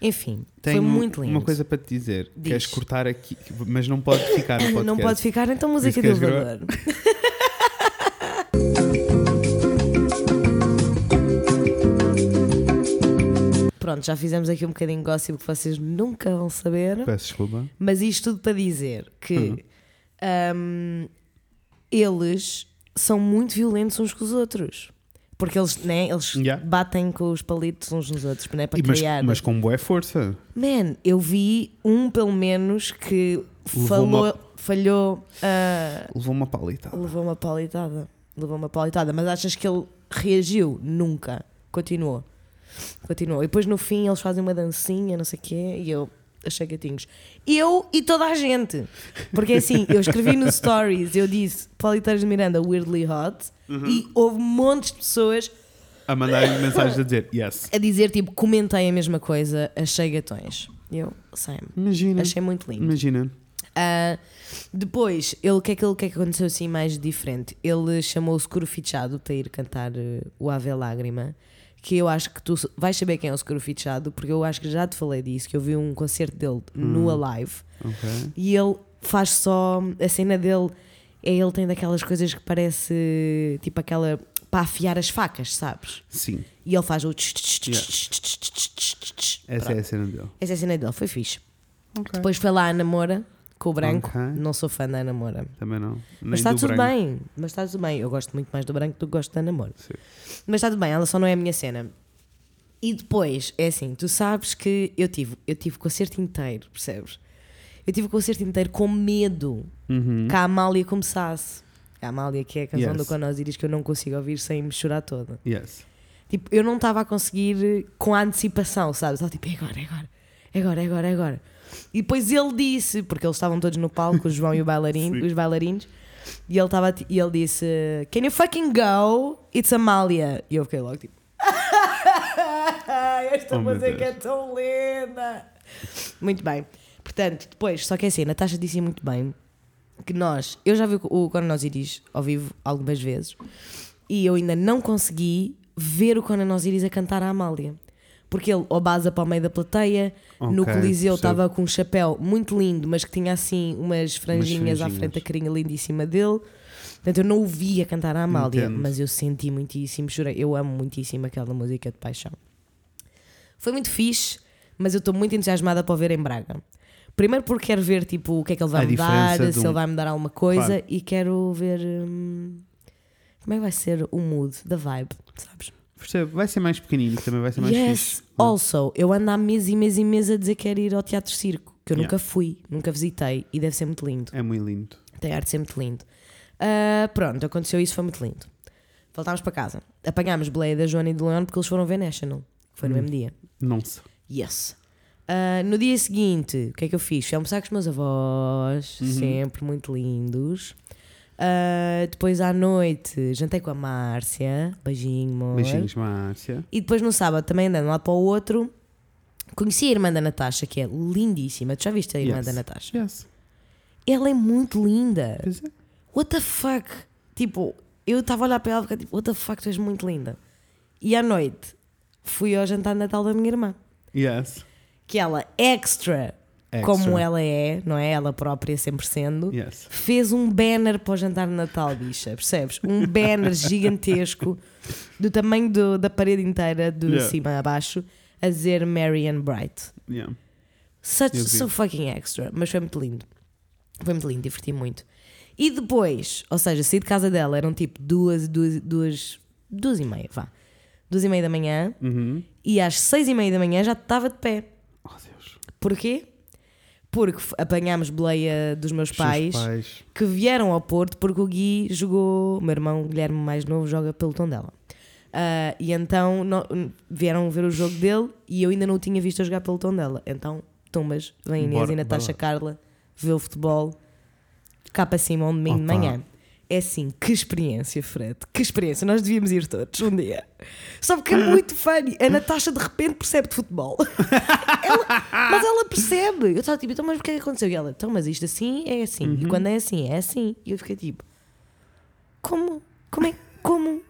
B: Enfim,
A: Tenho
B: foi muito lindo.
A: uma coisa para te dizer.
B: Diz.
A: Queres cortar aqui, mas não pode ficar no podcast.
B: Não pode ficar, então música
A: Isso
B: de
A: queres gravar?
B: elevador. Pronto, já fizemos aqui um bocadinho de gossip que vocês nunca vão saber.
A: Peço desculpa.
B: Mas isto tudo para dizer que
A: Uhum.
B: hum, eles são muito violentos uns com os outros. Porque eles, né, eles
A: Yeah.
B: batem com os palitos uns nos outros né, para
A: E mas,
B: criar.
A: mas com boa força.
B: Man, eu vi um pelo menos que
A: Levou
B: falou,
A: uma-
B: falhou, ah,
A: Levou uma palitada.
B: levou uma palitada. Levou uma palitada, mas achas que ele reagiu? Nunca. Continuou. Continuou. E depois no fim eles fazem uma dancinha, não sei o quê, e eu achei gatinhos. Eu e toda a gente. Porque assim, eu escrevi no Stories, eu disse Politeiros de Miranda, weirdly hot,
A: Uhum.
B: e houve montes de pessoas
A: A mandar-lhe mensagens a dizer yes.
B: a dizer tipo, comentei a mesma coisa, achei gatões. E eu, Sam,
A: Imagina.
B: achei muito lindo.
A: Imagina.
B: Ah, depois, ele, o, que é que, ele- o que é que aconteceu assim mais diferente? Ele chamou o Seguro Fichado para ir cantar eh, o Ave Lágrima, que eu acho que tu s- vais saber quem é o Seguro Fichado, porque eu acho que já te falei disso, que eu vi um concerto dele no Alive,
A: Ok.
B: e ele faz só a cena dele é ele tem daquelas coisas que parece tipo aquela para afiar as facas, sabes?
A: Sim.
B: E ele faz o tch,
A: Yeah. Essa é a cena dele.
B: Essa é a cena dele, foi fixe.
A: Ok.
B: Depois foi lá a Namora com o branco.
A: Ok.
B: Não sou fã da Namora.
A: Também não. Nem
B: Mas está
A: do
B: tudo
A: branco.
B: bem, mas está tudo bem. Eu gosto muito mais do branco do que gosto da namoro.
A: Sim.
B: Mas está tudo bem, ela só não é a minha cena. E depois, é assim, tu sabes que eu tive, eu tive o concerto inteiro, percebes? Eu tive o concerto inteiro com medo
A: Uhum.
B: que a Amália começasse. A Amália, que é a canção
A: Yes.
B: do Conosiris que eu não consigo ouvir sem me chorar toda.
A: Yes.
B: Tipo, eu não estava a conseguir eh, com a antecipação, sabes? Estava tipo, é agora, é agora, é agora, é agora, é agora. E depois ele disse, porque eles estavam todos no palco, o João e o bailarino,
A: Sim.
B: os bailarinos, e ele, estava ti- e ele disse: Can you fucking go? It's Amalia. E eu fiquei logo tipo: Esta
A: Oh, meu
B: música é
A: Deus.
B: tão linda. Muito bem. Portanto, depois, só que é assim, a Natasha disse muito bem que nós, eu já vi o Conan Osiris ao vivo algumas vezes e eu ainda não consegui ver o Conan Osiris a cantar a Amália. Porque ele ou baza para o meio da plateia, no
A: Ok,
B: Coliseu
A: percebo.
B: estava com um chapéu muito lindo, mas que tinha assim umas franjinhas à
A: franjinhas.
B: frente da carinha lindíssima dele. Portanto, eu não o via cantar a Amália,
A: Entendo.
B: mas eu senti muitíssimo, chorei. Eu amo muitíssimo aquela música de paixão. Foi muito fixe, mas eu estou muito entusiasmada para o ver em Braga. Primeiro porque quero ver tipo, o que é que ele vai
A: A
B: me dar,
A: diferença de
B: se
A: um-
B: ele vai me dar alguma coisa
A: Claro.
B: e quero ver hum, como é que vai ser o mood, da vibe, sabes?
A: Percebo. Vai ser mais pequenino, também vai ser mais
B: yes, oh.
A: fixe.
B: also, eu ando há meses e meses e meses a dizer que quero ir ao Teatro Circo, que eu
A: Yeah.
B: nunca fui, nunca visitei e deve ser muito lindo.
A: É muito lindo.
B: Tem arte de ser muito lindo. Ah, pronto, aconteceu isso, foi muito lindo. Voltámos para casa.
A: Hum.
B: Apanhámos Blade da Joana e do Leon porque eles foram ver National. que Foi no mesmo dia.
A: Não sei.
B: Yes. Ah, no dia seguinte, o que é que eu fiz? Fui almoçar com os meus avós,
A: Uhum.
B: sempre muito lindos. Ah, depois à noite, jantei com a Márcia. Beijinho, amor.
A: Beijinhos, Márcia.
B: E depois no sábado, também andando lá para o outro, conheci a irmã da Natasha, que é lindíssima. Tu já viste a irmã
A: Yes.
B: da Natasha?
A: Yes.
B: Ela é muito linda.
A: Pois é.
B: What the fuck? Tipo, eu estava a olhar para ela e ficava tipo, what the fuck, tu és muito linda. E à noite, fui ao jantar de Natal da minha irmã.
A: Yes.
B: Que ela, é extra,
A: Extra.
B: como ela é, não é? Ela própria sempre sendo.
A: Yes.
B: Fez um banner para o jantar de Natal, bicha, percebes? Um banner gigantesco, do tamanho do- da parede inteira, de
A: Yeah.
B: cima a baixo, a dizer Mary and Bright.
A: Yeah.
B: Such
A: Eu vi.
B: so fucking extra, mas foi muito lindo. Foi muito lindo, diverti muito. E depois, ou seja, saí de casa dela, eram tipo duas, duas, duas, duas e meia, vá. Duas e meia da manhã
A: Uhum.
B: e às seis e meia da manhã já estava de pé.
A: Oh, Deus.
B: Porquê? Porque f- apanhámos boleia dos meus
A: Os seus
B: pais,
A: pais.
B: que vieram ao Porto porque o Gui jogou, o meu irmão Guilherme mais novo joga pelo tom dela. e então no- vieram ver o jogo dele e eu ainda não o tinha visto a jogar pelo tom dela. Então, tumbas, vem Inês
A: Bora,
B: e Natasha Carla ver o futebol cá para cima um domingo de
A: Opa.
B: manhã. É assim, que experiência, Fred, que experiência. Nós devíamos ir todos um dia. Só porque é muito funny. A Natasha de repente percebe de futebol. Ela- mas ela percebe. Eu estava tipo, então, mas o que é que aconteceu? E ela, então, mas isto assim é assim. E quando é assim, é assim. E eu fiquei tipo, como? Como é? Como?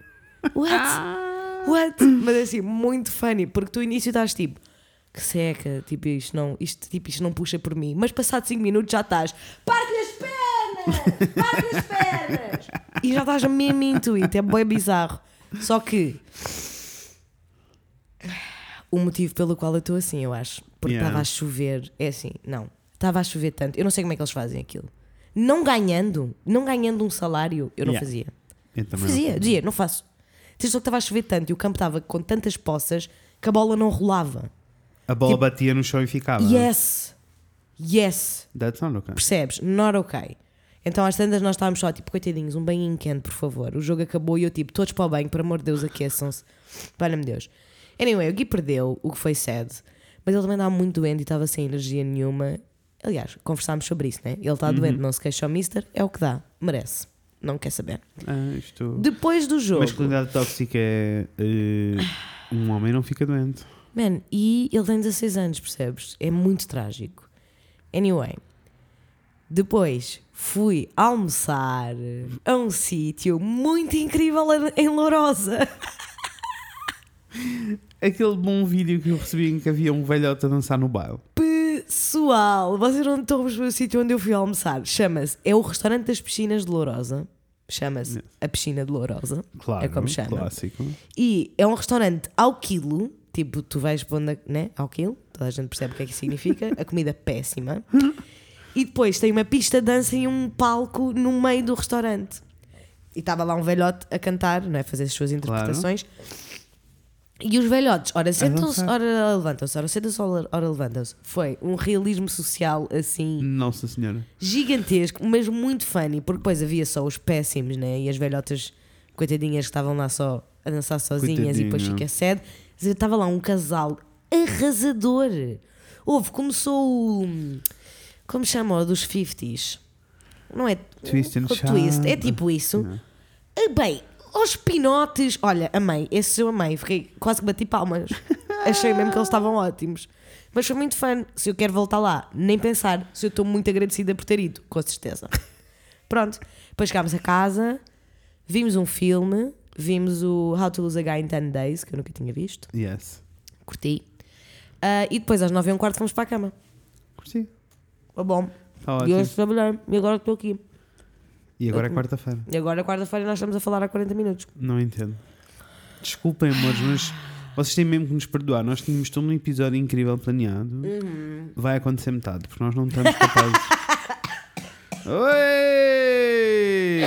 B: What? What? Mas assim, muito funny, porque tu no início estás tipo, que seca, tipo, isto não, isto, tipo, isto não puxa por mim. Mas passado 5 minutos já estás, parte-lhe as pernas! Parte-lhe as pernas! e já estás mesmo intuito, é bem bizarro. Só que o motivo pelo qual eu estou assim, eu acho. Porque
A: Yeah.
B: estava a chover. É assim, não. Estava a chover tanto. Eu não sei como é que eles fazem aquilo. Não ganhando, não ganhando um salário, eu não
A: Yeah.
B: fazia.
A: Eu também não
B: Fazia, dizia, não faço. Diz só que estava a chover tanto e o campo estava com tantas poças que a bola não rolava.
A: A bola batia no chão e ficava.
B: Tipo, Yes! Yes!
A: That's not okay.
B: Percebes? Not ok. Então às tantas nós estávamos só tipo, coitadinhos, um banho quente, por favor. O jogo acabou e eu tipo, todos para o banho, por amor de Deus, aqueçam-se. Valha-me Deus. Anyway, o Gui perdeu, o que foi sad. Mas ele também estava muito doente e estava sem energia nenhuma. Aliás, conversámos sobre isso, né? Ele está doente, não se queixa ao mister, é o que dá, merece. Não quer saber.
A: Ah, isto...
B: Depois do jogo.
A: Masculinidade tóxica é. eh, um homem não fica doente.
B: Man, e ele tem 16 anos, percebes? É muito trágico. Anyway, depois fui almoçar a um sítio muito incrível em Lourosa.
A: Aquele bom vídeo que eu recebi em que havia um velhote a dançar no baile.
B: Pessoal, vocês não estão a perceber o sítio onde eu fui almoçar. Chama-se, é o restaurante das piscinas de Lourosa. Chama-se a piscina de Lourosa.
A: Claro.
B: É como chama.
A: Clássico.
B: E é um restaurante ao quilo, tipo, tu vais pondo, a- né, ao quilo, toda a gente percebe o que é que significa, a comida péssima. E depois tem uma pista de dança e um palco no meio do restaurante. E estava lá um velhote a cantar, não é, fazer as suas interpretações. E os velhotes, ora sentam-se,
A: dançar.
B: ora levantam-se, ora sentam-se, ora ora levantam-se. Foi um realismo social assim
A: Nossa Senhora.
B: gigantesco, mas muito funny, porque depois havia só os péssimos, né? E as velhotas, coitadinhas, que estavam lá só a dançar sozinhas e depois
A: Coitadinha.
B: fica sede. Mas Estava lá um casal arrasador. Houve, começou o. Como chama o dos 50s? Não é?
A: Twist and
B: o twist. É
A: shout.
B: tipo isso.
A: Não.
B: Ah, Bem, aos pinotes. Olha, amei. Esse eu amei. Fiquei quase que bati palmas. Achei mesmo que eles estavam ótimos. Mas foi muito fã. Se eu quero voltar lá, nem pensar. Se eu estou muito agradecida por ter ido, com certeza. Pronto. Depois chegámos a casa, vimos um filme, vimos o How to Lose a Guy in 10 Days, que eu nunca tinha visto.
A: Yes.
B: Curti. Ah, e depois às 9 e um quarto fomos para a cama.
A: Curti.
B: Foi bom.
A: Está
B: E
A: ótimo.
B: hoje trabalhei. E agora estou aqui.
A: E agora é quarta-feira.
B: E agora quarta-feira nós estamos a falar há 40 minutos.
A: Não entendo. Desculpem, amores, mas vocês têm mesmo que nos perdoar. Nós tínhamos todo um episódio incrível planeado.
B: Uhum.
A: Vai acontecer metade, porque nós não estamos capazes. Oi!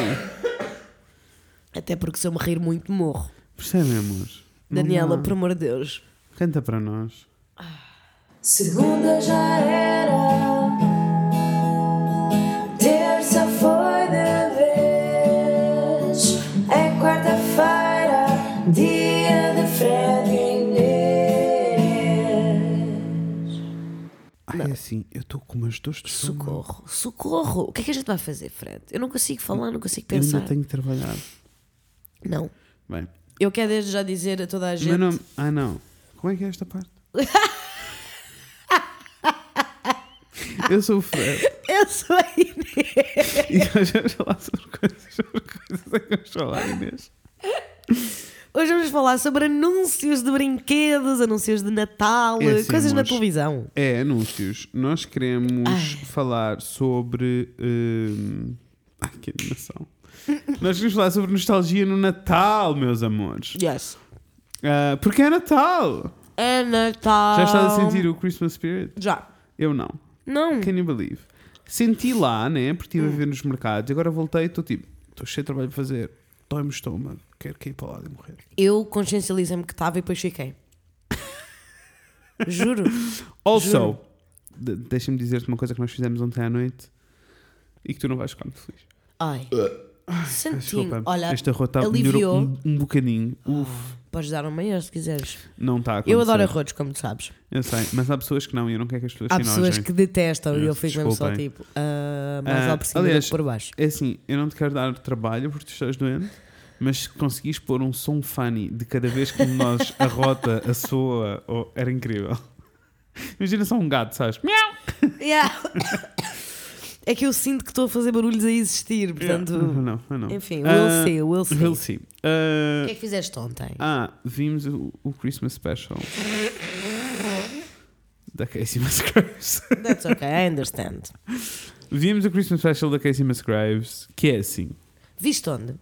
B: Até porque se eu me rir muito, morro.
A: Percebem, amores? Não
B: Daniela,
A: dá.
B: por amor de Deus.
A: Canta para nós.
C: Segunda já era, terça foi de vez, é quarta-feira, dia de Fred e Inês.
A: é Estou assim, com umas dores de estômago.
B: Socorro, socorro. O que é que a gente vai fazer, Fred? Eu não consigo falar, não consigo
A: Eu
B: pensar.
A: ainda tenho que trabalhar.
B: Não.
A: Bem,
B: Eu quero desde já dizer a toda a gente.
A: meu nome. Ah, não. Como é que é esta parte? Eu sou o Fred.
B: Eu sou a Inês.
A: E nós vamos falar sobre coisas, sobre coisas em que vamos falar, Inês.
B: Hoje vamos falar sobre anúncios de brinquedos, anúncios de Natal,
A: É assim,
B: coisas na
A: amores.
B: televisão.
A: É, anúncios. Nós queremos
B: Ai.
A: falar sobre. hum, Ai, que animação. Nós queremos falar sobre nostalgia no Natal, meus amores.
B: Yes.
A: Ah, porque é Natal!
B: É Natal.
A: Já estás a
B: Oh.
A: sentir o Christmas Spirit?
B: Já.
A: Eu não.
B: Não.
A: Can you believe? Senti lá, né? Porque
B: Hum.
A: estive a ver nos mercados e agora voltei e estou tipo, estou cheio de trabalho a fazer. Dói-me o estômago, quero cair para lá e morrer.
B: Eu consciencializei-me que estava e depois fiquei. Juro.
A: Also, de- deixa-me dizer-te uma coisa que nós fizemos ontem à noite e que tu não vais ficar muito feliz.
B: Ai. Santinho.
A: Uh. Ah, Desculpa,
B: Olha,
A: este arroz está
B: aliviou.
A: melhorou um, um bocadinho. Uf,
B: podes dar uma maior se quiseres.
A: não está a acontecer.
B: Eu adoro arroz, como tu sabes.
A: Eu sei, mas há pessoas que não e eu não quero que as pessoas
B: Há
A: se
B: pessoas
A: enojem.
B: que detestam e eu
A: Yes,
B: fico mesmo só
A: desculpem.
B: tipo, ah, mais
A: Ah,
B: ao por cima
A: aliás,
B: do que por baixo.
A: É assim, eu não te quero dar trabalho porque tu estás doente, mas se conseguis pôr um som funny de cada vez que nós a rota a soa, oh, era incrível. Imagina só um gato, sabes? Miau!
B: Yeah. é que eu sinto que estou a fazer barulhos a existir, portanto.
A: Não, não, não.
B: Enfim,
A: Ah,
B: we'll see, we'll see.
A: We'll see.
B: O
A: Ah,
B: que é que fizeste ontem?
A: Ah, vimos o, o Christmas Special da Casey Musgraves.
B: That's okay, I understand.
A: vimos o Christmas Special da Casey Musgraves, que é assim.
B: Viste onde?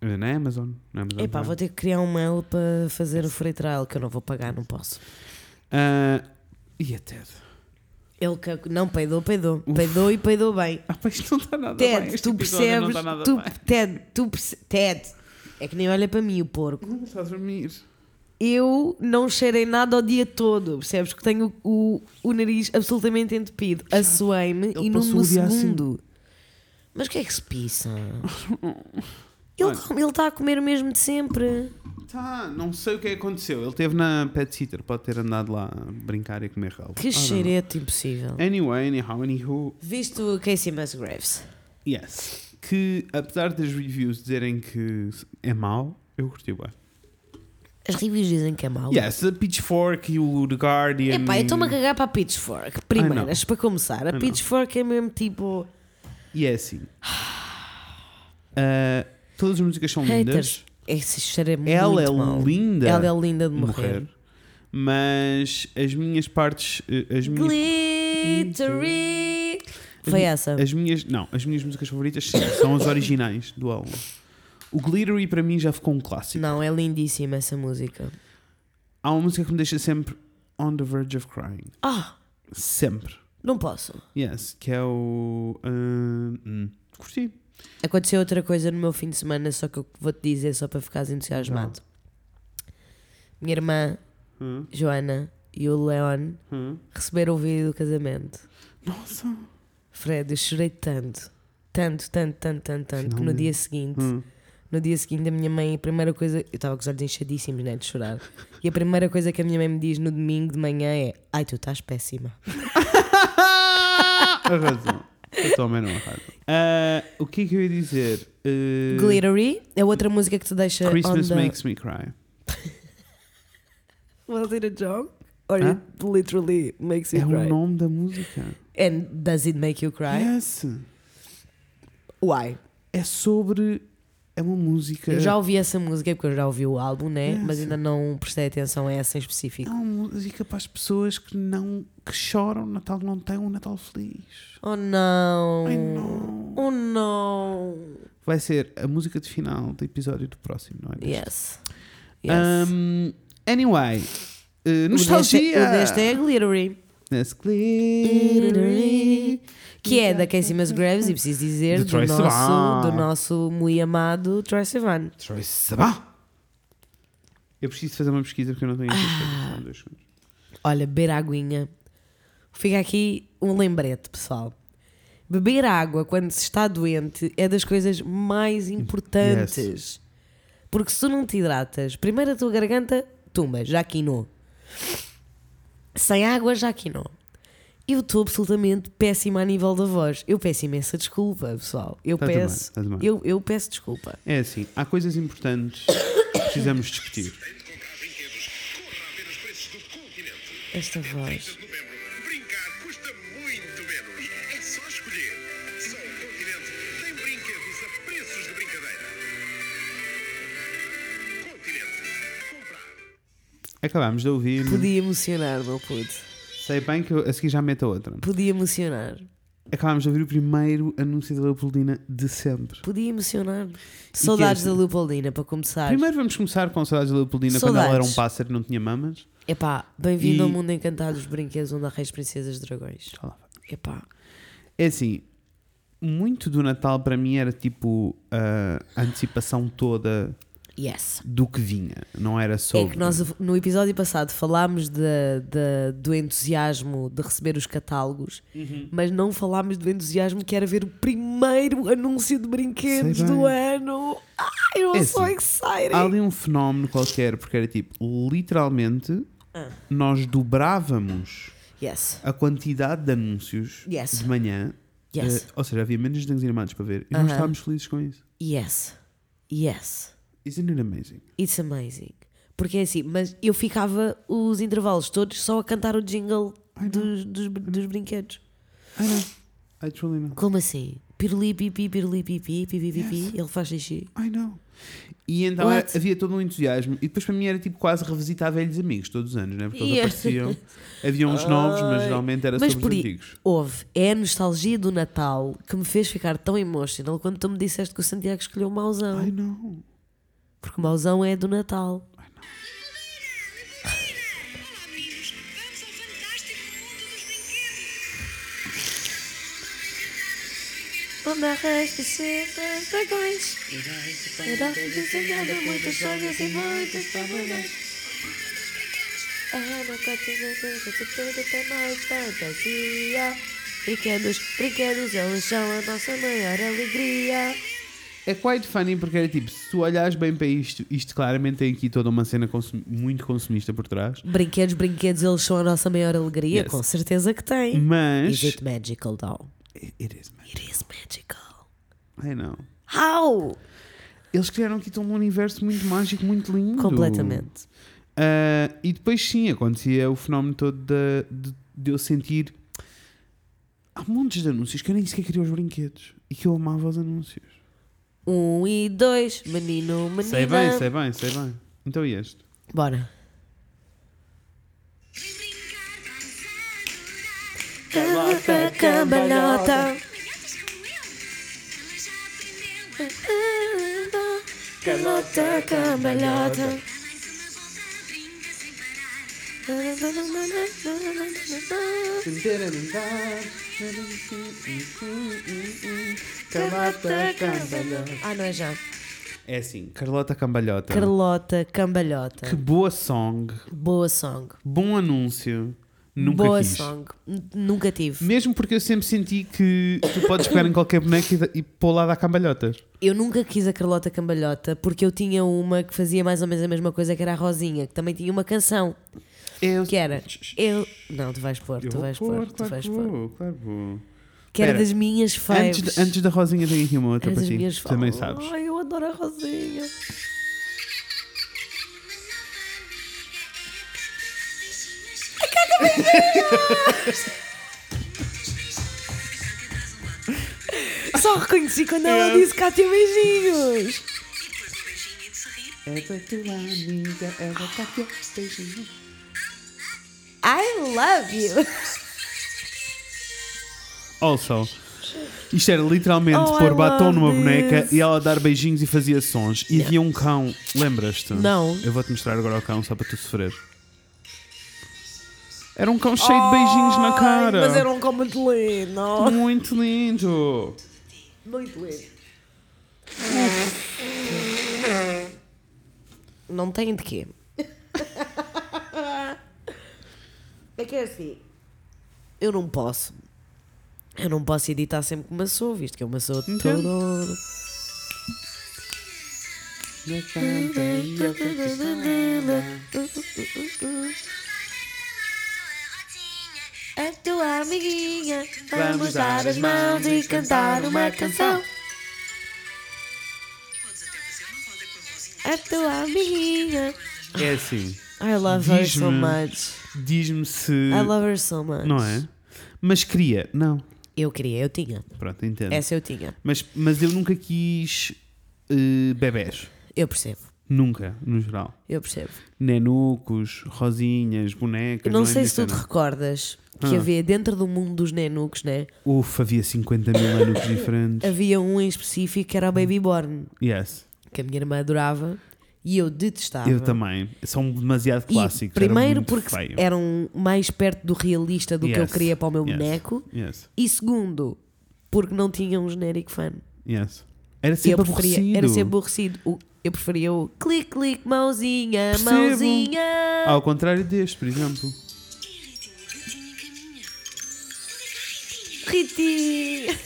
A: é Na Amazon. Na Amazon
B: Epá,
A: Prime.
B: vou ter que criar um mail para fazer o free trial que eu não vou pagar, não posso.
A: Ah, e a Ted.
B: Ele que não peidou, peidou. Peidou e peidou bem.
A: Ah, pá, isto não está nada bem.
B: Ted,
A: este
B: tu
A: episódio
B: percebes?
A: Não está nada
B: tu,
A: bem.
B: Ted, tu percebes. Ted, é que nem olha para mim o porco.
A: Não estás a dormir.
B: Eu não cheirei nada o dia todo, percebes? Que tenho o, o nariz absolutamente entupido. Assoei-me
A: Ele
B: e num
A: passou o dia assim.
B: segundo. Mas o que é que se pisa? Ele
A: Olha.
B: ele está a comer o mesmo de sempre.
A: Tá, não sei o que é que aconteceu. Ele esteve na Pet Sitter, pode ter andado lá a brincar e comer relva.
B: Que
A: I don't know.
B: cheireto impossível.
A: Anyway, anyhow, anywho,
B: Viste o Casey Musgraves?
A: Yes. Que apesar das reviews dizerem que é mau, eu curti bem.
B: As reviews dizem que é mau.
A: Yes, a Pitchfork e o The Guardian.
B: Epá, eu estou-me a
A: e-
B: cagar para a Pitchfork.
A: Ai,
B: Primeiras,
A: não.
B: para começar. A
A: não.
B: Pitchfork é mesmo tipo.
A: E é assim. Ah, todas as músicas são lindas.
B: Haters. Esse cheiro é muito
A: Ela é
B: mau.
A: linda.
B: Ela é linda de
A: de
B: morrer.
A: morrer. Mas as minhas partes. eh, As minhas,
B: Glittery.
A: as
B: Foi
A: mi-
B: essa.
A: As minhas. Não, as minhas músicas favoritas sim, são as originais do álbum. O Glittery para mim já ficou um clássico.
B: Não, é lindíssima essa música.
A: Há uma música que me deixa sempre on the verge of crying.
B: Ah,
A: Sempre.
B: não posso.
A: Yes, que é o. hum, hum, curti.
B: Aconteceu outra coisa no meu fim de semana, só que eu vou-te dizer só para ficares entusiasmado. Minha irmã,
A: Hum,
B: Joana e o Leon
A: hum.
B: receberam o vídeo do casamento.
A: Nossa!
B: Fred, eu chorei tanto. Tanto, tanto, tanto, tanto, tanto, que no
A: Finalmente.
B: dia seguinte,
A: Hum.
B: no dia seguinte a minha mãe, a primeira coisa, eu estava com os olhos enxadíssimos, né, de chorar. E a primeira coisa que a minha mãe me diz no domingo de manhã é: "Ai, tu estás péssima".
A: Arrasou. Eu também não arraso. Ah, o que é que eu ia dizer? Ah,
B: Glittery é outra música que te deixa
A: Christmas
B: on the...
A: makes me cry.
B: Was it a joke? Or
A: Hã?
B: it literally makes you
A: é
B: cry?
A: o nome da música.
B: And does it make you cry?
A: Yes.
B: Why?
A: É sobre. É uma música.
B: Eu já ouvi essa música é porque eu já ouvi o álbum, né?
A: Yes.
B: Mas ainda não prestei atenção a essa em
A: É
B: específico.
A: uma música para as pessoas que não. que choram no Natal, não têm um Natal feliz.
B: Oh não!
A: Ai não.
B: Oh não!
A: Vai ser a música de final do episódio do próximo, não é? deste?
B: Yes. Yes.
A: Um, anyway, uh,
B: O deste-
A: nostalgia.
B: O deste é Glittery.
A: Nesse glittery.
B: Que é da Casey Musgraves, e preciso dizer,
A: De
B: do
A: Troye Sivan.
B: nosso, do nosso muito amado Troy Sivan.
A: Troy Sabá. Eu preciso fazer uma pesquisa porque eu não tenho ah.
B: Olha, beber aguinha. Fica aqui um lembrete, pessoal. Beber água quando se está doente é das coisas mais importantes. Porque se tu não te hidratas, primeiro a tua garganta tumba, já quinou. Sem água, já quinou. Eu estou absolutamente péssima a nível da voz. Eu peço imensa desculpa, pessoal. Eu
A: Tá tudo bem,
B: peço.
A: tá tudo bem.
B: eu, eu peço desculpa.
A: É assim, há coisas importantes que precisamos discutir.
D: Comprar brinquedos. Corra a ver os preços do continente.
B: Esta voz.
D: 30 de novembro. Brincar custa muito menos. É só escolher. Só o continente tem brinquedos a preços de brincadeira. Continente. Comprar.
A: Acabámos de ouvir.
B: Podia emocionar, meu puto.
A: Sei bem que eu- a seguir já meto a outra.
B: Podia emocionar.
A: Acabámos de ouvir o primeiro anúncio da Leopoldina de sempre.
B: Podia emocionar. Saudades
A: que- é
B: da Leopoldina, para começar.
A: Primeiro vamos começar com saudades da Leopoldina quando
B: Saudades.
A: ela era um pássaro e não tinha mamas.
B: Epá, bem-vindo
A: E-
B: ao mundo encantado dos brinquedos onde há reis, princesas, dragões.
A: Já lá vai.
B: Epá,
A: É assim, muito do Natal para mim era tipo a antecipação toda
B: yes.
A: do que vinha, não era só.
B: É que nós no episódio passado falámos da da- do entusiasmo de receber os catálogos,
A: Uhum.
B: mas não falámos do entusiasmo que era ver o primeiro anúncio de brinquedos
A: Sei bem.
B: do ano. Ai, eu
A: É
B: sou
A: assim,
B: excited!
A: Há ali um fenómeno qualquer, porque era tipo, literalmente,
B: Ah.
A: nós dobrávamos
B: Yes,
A: a quantidade de anúncios
B: Yes.
A: de manhã. eh,
B: Yes.
A: ou seja, havia menos desenhos animados para ver e nós
B: Aham.
A: estávamos felizes com isso.
B: yes, yes.
A: Isn't it amazing?
B: It's amazing. Porque é assim, mas eu ficava os intervalos todos só a cantar o jingle dos, dos, dos brinquedos.
A: I know. I truly know.
B: Como assim? Piruli pipi, piruli pipi, pipi pipi, ele faz xixi.
A: I know. E então era-
B: What?
A: havia todo um entusiasmo. E depois para mim era tipo quase revisitar velhos amigos todos os anos, né? Porque eles
B: Yeah.
A: apareciam. Havia uns novos, mas geralmente era
B: Mas
A: sobre
B: por
A: os
B: i-
A: antigos.
B: houve, é a nostalgia do Natal que me fez ficar tão emotional quando tu me disseste que o Santiago escolheu o Mauzão.
A: I know.
B: Porque o Mauzão é do Natal.
E: Olá, meninos. Vamos ao fantástico mundo dos brinquedos.
F: Onde há reis, princesas, dragões Heróis desenhando muitas sonhos e muitas famílias A tá Ana continua sempre de tudo tem mais fantasia
B: Brinquedos, brinquedos, eles são a nossa maior alegria.
A: É quite funny porque era tipo, se tu olhares bem para isto, isto claramente tem aqui toda uma cena consum- muito consumista por trás.
B: Brinquedos, brinquedos, eles são a nossa maior alegria,
A: Yes.
B: com certeza que tem. Is
A: Mas.
B: it magical though?
A: It is, man.
B: It is magical.
A: I know.
B: How?
A: Eles criaram aqui todo um universo muito mágico, muito lindo.
B: Completamente.
A: Ah, e depois sim, acontecia o fenómeno todo de, de- de eu sentir. Há montes de anúncios que eu nem sequer queria os brinquedos e que eu amava os anúncios.
B: Um e dois, menino, menina.
A: Sei bem, sei bem, sei bem. Então e este?
B: Bora.
E: Vem brincar, vamos adorar.
F: Cambalaca, cambalhota
E: Caminhadas com eu. Ela já aprendeu.
F: Calota, cambalhota
E: Dá mais uma volta, brinca sem parar.
F: Calota, cambalhota
B: Ah, não é já.
A: É assim, Carlota Cambalhota.
B: Carlota Cambalhota.
A: que boa song,
B: Boa song.
A: bom anúncio. Nunca
B: Boa
A: quis.
B: song. N- Nunca tive.
A: Mesmo porque eu sempre senti que tu podes pegar em qualquer boneca e, da- e pôr lá dar cambalhotas.
B: Eu nunca quis a Carlota Cambalhota porque eu tinha uma que fazia mais ou menos a mesma coisa que era a Rosinha, que também tinha uma canção.
A: Eu...
B: Que era. Eu. Não, tu vais pôr,
A: Eu
B: tu
A: vou
B: vais
A: pôr,
B: pôr, tu
A: claro
B: vais
A: que
B: pôr.
A: vou, claro que vou.
B: Que era
A: Espera.
B: das minhas faves.
A: Antes, de- antes da Rosinha, tenho aqui uma outra
B: Era
A: para
B: das
A: ti.
B: minhas
A: que Também
B: faves.
A: sabes.
B: Ai, eu adoro a Rosinha. Só reconheci quando ela disse Cátia Beijinhos. I love you.
A: Also, isto era literalmente
B: Oh, I
A: pôr batom
B: love
A: numa
B: this.
A: boneca e ela dar beijinhos e fazia sons. E havia um cão, lembras-te?
B: Não.
A: Eu vou-te mostrar agora o cão só para tu sofrer. Era um cão cheio de beijinhos na cara.
B: Mas era um cão muito lindo.
A: Muito lindo.
B: Muito lindo. Não tem de quê. É que é assim. Eu não posso. Eu não posso editar sempre que uma sou, visto que é uma sou
A: Entendo.
B: todo.
F: é
E: Toda a noite ela é rotinha.
F: a tua amiguinha.
A: Vamos
F: Vamos dar
A: dar
F: as mãos e cantar uma canção. A tua amiguinha.
A: É assim,
B: I love her
A: Diz-me.
B: so much.
A: diz-me se.
B: I love her so much.
A: Não é? Mas queria, não.
B: Eu queria, eu tinha.
A: Pronto, entendo.
B: Essa eu tinha.
A: Mas, mas eu nunca quis eh, bebés.
B: Eu percebo.
A: Nunca, no geral.
B: Eu percebo.
A: Nenucos, rosinhas, bonecas.
B: Eu não
A: é
B: sei se
A: nessa,
B: tu te
A: não.
B: recordas que
A: Ah.
B: havia dentro do mundo dos nenucos, né?
A: Ufa, havia 50 mil nenucos diferentes.
B: Havia um em específico que era o Baby Born,
A: Yes.
B: que a minha irmã adorava e eu detestava.
A: Eu também. São demasiado
B: E
A: clássicos. era
B: primeiro
A: muito
B: porque
A: feio.
B: eram mais perto do realista do que eu
A: Yes,
B: queria para o meu
A: yes,
B: boneco.
A: Yes,
B: E segundo, porque não tinha um genérico fan.
A: yes. Era
B: E eu
A: sempre
B: preferia,
A: aborrecido.
B: era ser aborrecido. O- Eu preferia o clique, clique, mãozinha,
A: Percebo.
B: mãozinha.
A: Ao contrário deste, por exemplo.
B: Ritinho.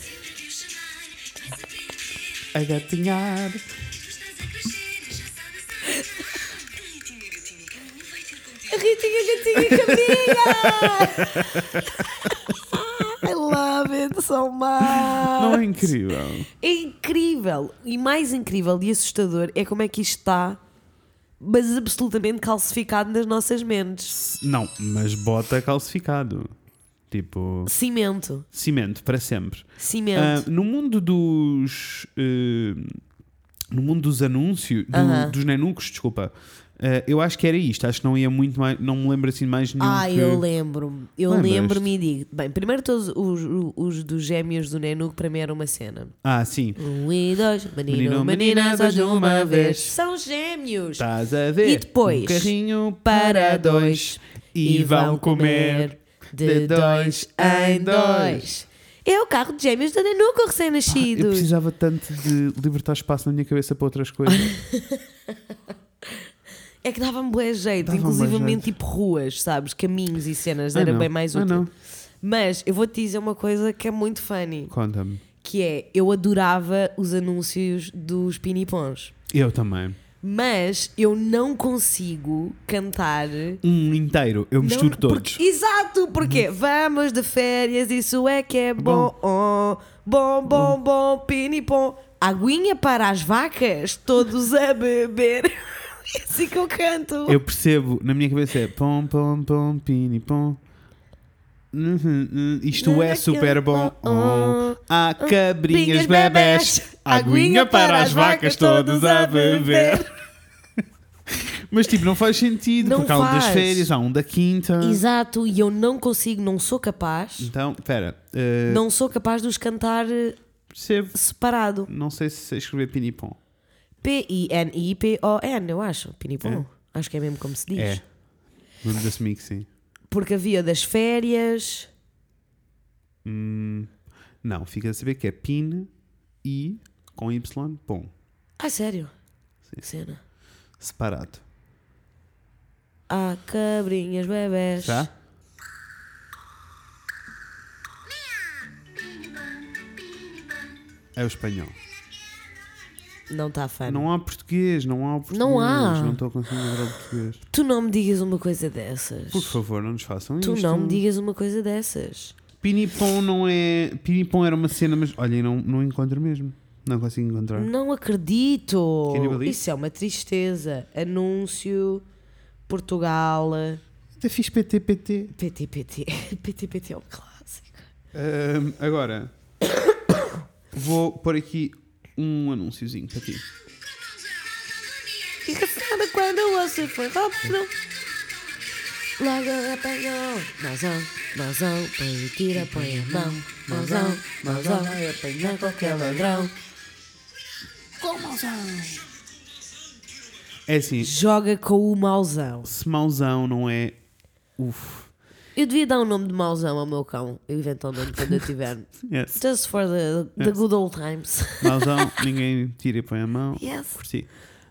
A: A gatinhar.
B: Ritinha, gatinha, caminha. I love it so much.
A: Não é incrível?
B: É incrível! E mais incrível e assustador é como é que isto está, mas absolutamente calcificado nas nossas mentes.
A: Não, mas bota calcificado. Tipo,
B: Cimento.
A: cimento para sempre. Ah,
B: Cimento.
A: no mundo dos. eh, no mundo dos anúncios. do-
B: Aham.
A: Dos nenucos, desculpa. Ah, eu acho que era isto. Acho que não ia muito mais. Não me lembro assim mais nenhum.
B: Ah,
A: que...
B: eu lembro-me. Eu
A: Lembras-te?
B: lembro-me e digo. Bem, primeiro todos os, os- os dos gêmeos do Nenuco para mim era uma cena.
A: Ah, sim.
B: Um e dois, menino,
A: Menino,
B: menina,
A: menina,
B: só de
A: só de
B: uma
A: uma
B: vez.
A: vez. Tá,
B: São gêmeos!
A: Estás a ver?
B: E depois?
A: Um carrinho para dois. E vão comer.
B: de
A: de
B: dois
A: dois
B: em
A: em
B: dois. É o carro de gêmeos da Nenuco
A: Eu
B: recém-nascido.
A: precisava tanto de libertar espaço na minha cabeça para outras coisas.
B: É que dava-me bué jeito,
A: Dava-me bué
B: inclusivamente
A: jeito.
B: tipo ruas, sabes? Caminhos e cenas,
A: Ah,
B: era
A: não.
B: bem mais
A: Ah,
B: útil.
A: não.
B: Mas eu vou-te dizer uma coisa que é muito funny,
A: Conta-me.
B: que é, eu adorava os anúncios dos pinipons,
A: Eu também.
B: mas eu não consigo cantar...
A: Um inteiro. Eu misturo
B: Não,
A: todos. Hum.
B: porque- exato, porque vamos de férias, isso é que é bom.
A: Bom.
B: Bom, bom, bom, pinipom. Aguinha para as vacas, todos a beber. É assim que eu canto.
A: Eu percebo, na minha cabeça é pom pom pom pini pom. Uhum, uhum, Isto é super bom. Oh, há cabrinhas bebés, aguinha para as vacas todas a beber. Mas tipo, não faz sentido,
B: Não
A: porque há um das
B: faz.
A: férias, há um da quinta.
B: Exato, e eu não consigo, não sou capaz,
A: Então, espera, eh,
B: não sou capaz de os cantar eh,
A: percebo.
B: separado.
A: Não sei se sei escrever pini pom.
B: P-I-N-I-P-O-N, eu acho. Pinipom. Acho que é mesmo como se diz.
A: É. Vamos assumir que sim.
B: Porque havia das férias.
A: Não, fica a saber que é pin e com y pom,
B: Ah, sério? Cena.
A: separado.
B: Há Ah, cabrinhas bebés.
A: Tá? É o espanhol.
B: Não está fã.
A: É, Não há português, não há o português.
B: Não há.
A: Não estou conseguindo lembrar o português.
B: Tu não me digas uma coisa dessas.
A: Por favor, não nos façam
B: tu
A: isto.
B: não me digas uma coisa dessas.
A: Pinipom não é. Pinipom era uma cena, mas olhem, não, não encontro mesmo. Não consigo encontrar.
B: Não acredito.
A: Can you believe?
B: Isso é uma tristeza. Anúncio, Portugal,
A: Até fiz PTPT.
B: PTPT. PTPT é um clássico.
A: Ahm, agora, vou pôr aqui um anúnciozinho para ti.
F: Engraçada quando você foi rápido.
B: Logo apanhou. Mãozão, mãozão, põe e tira, põe a mão. Mãozão, mãozão, vai apanhar qualquer ladrão.
A: É assim,
B: Joga com o mauzão.
A: se mauzão não é. Uf.
B: Eu devia dar o nome de mauzão ao meu cão, eventualmente, quando eu tiver.
A: Yes.
B: Just for the, the good old times.
A: Mauzão, ninguém tira e põe a mão
B: Yes.
A: por si.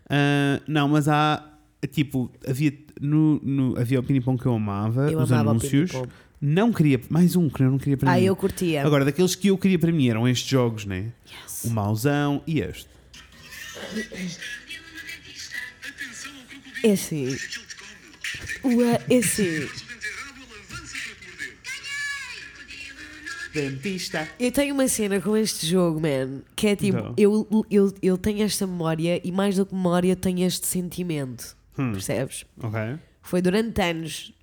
A: Ah, não, mas há. Tipo, havia, no, no- havia o pinipom que eu amava,
B: Eu
A: os
B: amava o
A: anúncios.
B: pinipom.
A: Não queria. Mais um que eu não queria para
B: Ah,
A: mim.
B: eu curtia.
A: Agora, daqueles que eu queria para mim eram estes jogos, né? O mauzão e este.
B: É eh, assim. Ua, é assim.
A: Dentista.
B: Eu tenho uma cena com este jogo, man, que é tipo,
A: Então.
B: eu, eu, eu tenho esta memória e mais do que memória tenho este sentimento,
A: Hum.
B: percebes?
A: Ok.
B: Foi durante anos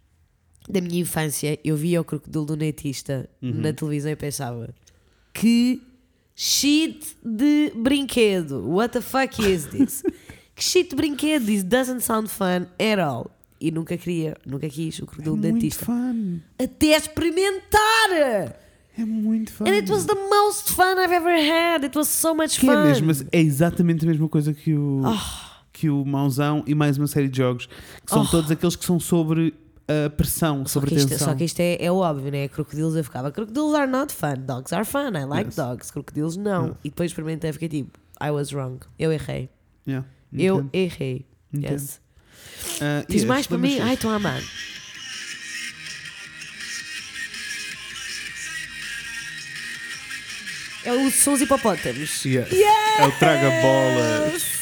B: da minha infância, eu via o crocodilo do netista
A: Uhum.
B: na televisão e pensava que shit de brinquedo, what the fuck is this? que shit de brinquedo, this doesn't sound fun at all. E nunca queria, nunca quis o crocodilo do
A: É muito
B: dentista.
A: fun.
B: Até experimentar!
A: É muito fun.
B: And it was the most fun I've ever had. It was so much
A: que é,
B: fun. Ah.
A: mesmo, é exatamente a mesma coisa que o, que o Mãozão e mais uma série de jogos, que são todos aqueles que são sobre a pressão,
B: só
A: sobre
B: que
A: a
B: isto,
A: tensão.
B: só que isto é, é óbvio, né? Crocodilos eu ficava, crocodilos are not fun, dogs are fun, I like
A: Yes. Hum.
B: dogs, crocodilos não. E depois experimentei e fiquei tipo, I was wrong, eu errei,
A: Yeah,
B: eu
A: entendo.
B: errei.
A: Entendo.
B: Yes.
A: Ah,
B: Diz
A: e
B: mais
A: este
B: para mim,
A: lembras-te?
B: ai, estou a amar. É o Sons Hipopótamos.
A: Yeah. É o traga-bolas.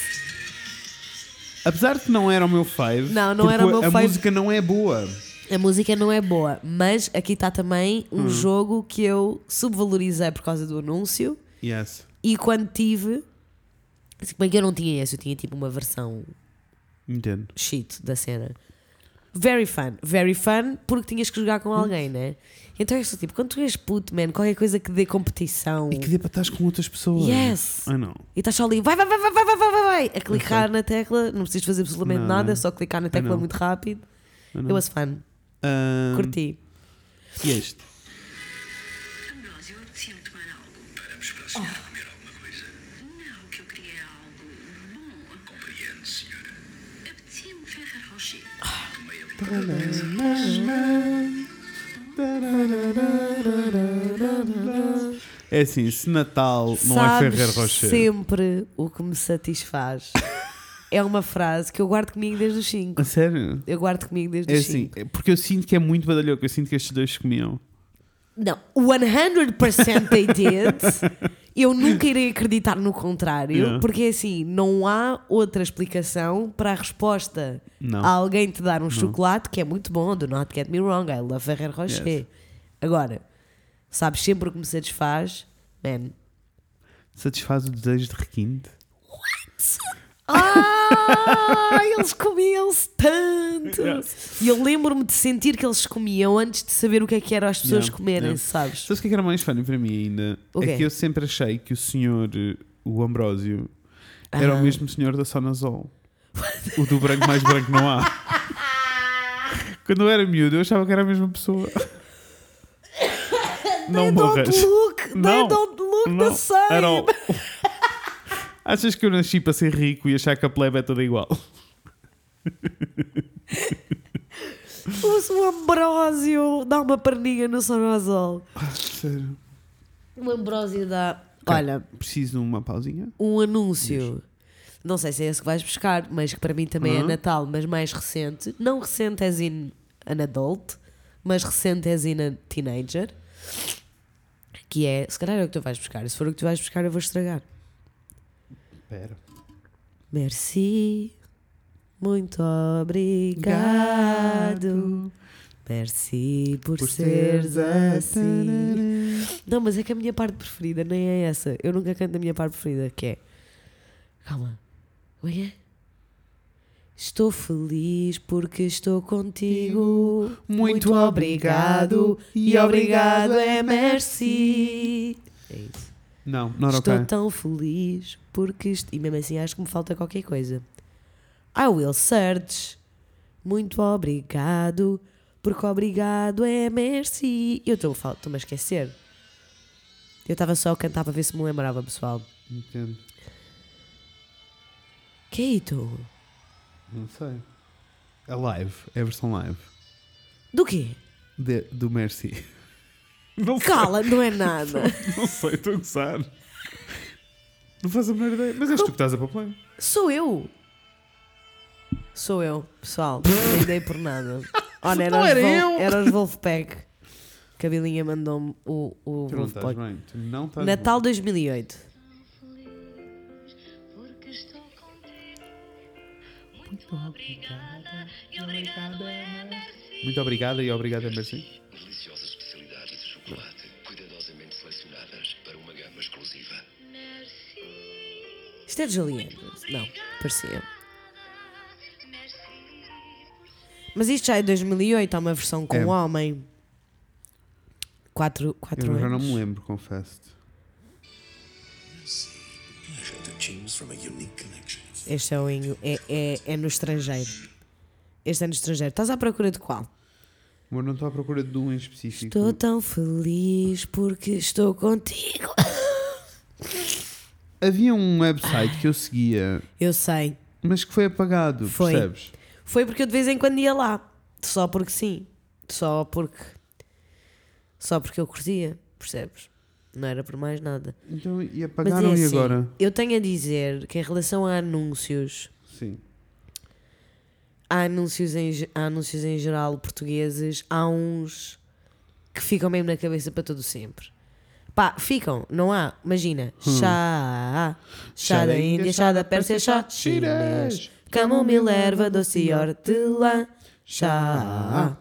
A: Apesar de que não era o meu fave,
B: Não, não era o
A: porque
B: meu
A: a
B: fave.
A: música não é boa.
B: A música não é boa, mas aqui está também
A: Hum.
B: um jogo que eu subvalorizei por causa do anúncio
A: Yes.
B: e quando tive. Se bem que eu não tinha esse, eu tinha tipo uma versão
A: Entendo.
B: shit da cena. Very fun, very fun, porque tinhas que jogar com alguém, né? Então é só tipo, quando tu és puto, man, qualquer coisa que dê competição
A: E que dê para estar com outras pessoas.
B: Yes.
A: Ai não.
B: e estás só ali, vai, vai, vai, vai, vai, vai, vai, vai, vai, a clicar na tecla, não precisas fazer absolutamente
A: Não,
B: nada,
A: não.
B: é só clicar na tecla
A: não.
B: muito rápido.
A: Ai,
B: It
A: não.
B: was fun,
A: Ah,
B: curti.
A: E este?
E: Nós, eu apetecia-me tomar algo.
G: Paramos para a senhora comer alguma coisa.
E: Não, o que eu queria é algo bom.
G: Compreende, senhora.
E: Apetecia-me ferrar roxo.
G: Meia
A: É assim, se Natal não é
B: Sabes
A: Ferrer Rocher.
B: sempre o que me satisfaz. é uma frase que eu guardo comigo desde os 5.
A: A sério?
B: Eu guardo comigo desde
A: É
B: os
A: assim,
B: 5.
A: é porque eu sinto que é muito badalhoco. Eu sinto que estes dois se comiam.
B: Não, 100% they did. Eu nunca irei acreditar no contrário,
A: Yeah.
B: porque é assim, não há outra explicação para a resposta
A: Não.
B: a alguém te dar um chocolate que é muito bom, do not get me wrong, I love Ferrer Rocher.
A: Yes.
B: Agora, sabes sempre o que me satisfaz? Man.
A: Satisfaz o desejo de requinte.
B: Ah, eles comiam-se tanto! E eu lembro-me de sentir que eles comiam antes de saber o que é que eram as pessoas
A: Yeah,
B: comerem,
A: yeah.
B: sabes?
A: Sabes o que é que era mais funny para mim ainda?
B: O quê?
A: É que eu sempre achei que o senhor, eh, o Ambrósio, era o
B: Aham.
A: mesmo senhor da Sonazol. o do branco mais branco não há. Quando eu era miúdo, eu achava que era a mesma pessoa. não
B: They don't
A: morras.
B: look, they
A: Não,
B: don't look the
A: Não,
B: same.
A: era o- Achas que eu nasci para ser rico e achar que a plebe é toda igual?
B: O, o Ambrósio um dá uma perninha no Sonozol.
A: Sério?
B: O Ambrósio Um dá.
A: Ok.
B: Olha,
A: Preciso de uma pausinha?
B: um anúncio. Não sei se é esse que vais buscar, mas que para mim também é
A: Uhum.
B: Natal, mas mais recente. Não recente as in an adult, mas recente as in a teenager. Que é, se calhar é o que tu vais buscar. Se for o que tu vais buscar, eu vou estragar.
A: Espera.
B: Merci, muito obrigado. Merci por, seres assim. Não, mas é que a minha parte preferida nem é essa. Eu nunca canto a minha parte preferida, que é. Calma. Como é que é? Estou feliz porque estou contigo.
A: Muito obrigado.
B: E obrigado é merci. É isso.
A: Não, not
B: Estou
A: Ah, ok.
B: tão feliz porque isto. E mesmo assim acho que me falta qualquer coisa. I will search. Muito obrigado. Porque obrigado é merci. Eu estou- fal- estou-me a esquecer. Eu estava só a cantar para ver se me lembrava, pessoal.
A: Entendo.
B: é Keito.
A: Não sei. É live. É a versão live.
B: Do quê?
A: De- do Mercy. Não sei.
B: Cala, não é nada.
A: Não sei, estou a gozar. Não faz a menor ideia. Mas és tu que estás a popular.
B: Sou eu. Sou eu, pessoal. Nem dei por nada. Olha, era,
A: Não
B: os
A: era
B: Vol-
A: eu.
B: era os Wolfpack. Que a Bilinha mandou-me o, o
A: Tu não estás
B: Wolfpack.
A: bem. Tu não estás
B: Natal 2008.
E: Porque estou contigo. Muito obrigada. E obrigado é merci.
A: bem. Muito obrigada e obrigada, Mercy.
G: Deliciosa especialidade de chocolate, cuidadosamente
H: ofertas para uma gama exclusiva.
B: Isto é de Julie Andrews. Não, parecia. Mas isto já é 2008, há uma versão com um
A: É.
B: homem. 4 quatro,
A: Eu já não
B: anos.
A: me lembro, confesso.
B: Este é, o ing... é, é, é no estrangeiro. Este é no estrangeiro. Estás à procura de qual?
A: Mas não estou à procura de um em específico.
B: Estou tão feliz porque estou contigo.
A: Havia um website que eu seguia,
B: Eu sei.
A: mas que foi apagado,
B: Foi.
A: percebes?
B: Foi porque eu de vez em quando ia lá. Só porque sim. Só porque. Só porque eu curtia, percebes? Não era por mais nada.
A: Então, e
B: Mas
A: apagaram
B: é
A: e
B: assim,
A: agora?
B: Eu tenho a dizer que em relação a anúncios,
A: Sim.
B: há anúncios em, ge- há anúncios em geral portugueses, há uns que ficam mesmo na cabeça para todo o sempre. Pá, ficam, não há. Imagina, chá, Hum. chá da Índia, chá da Pérsia, chá chinês, camomila, erva doce e hortelã, chá.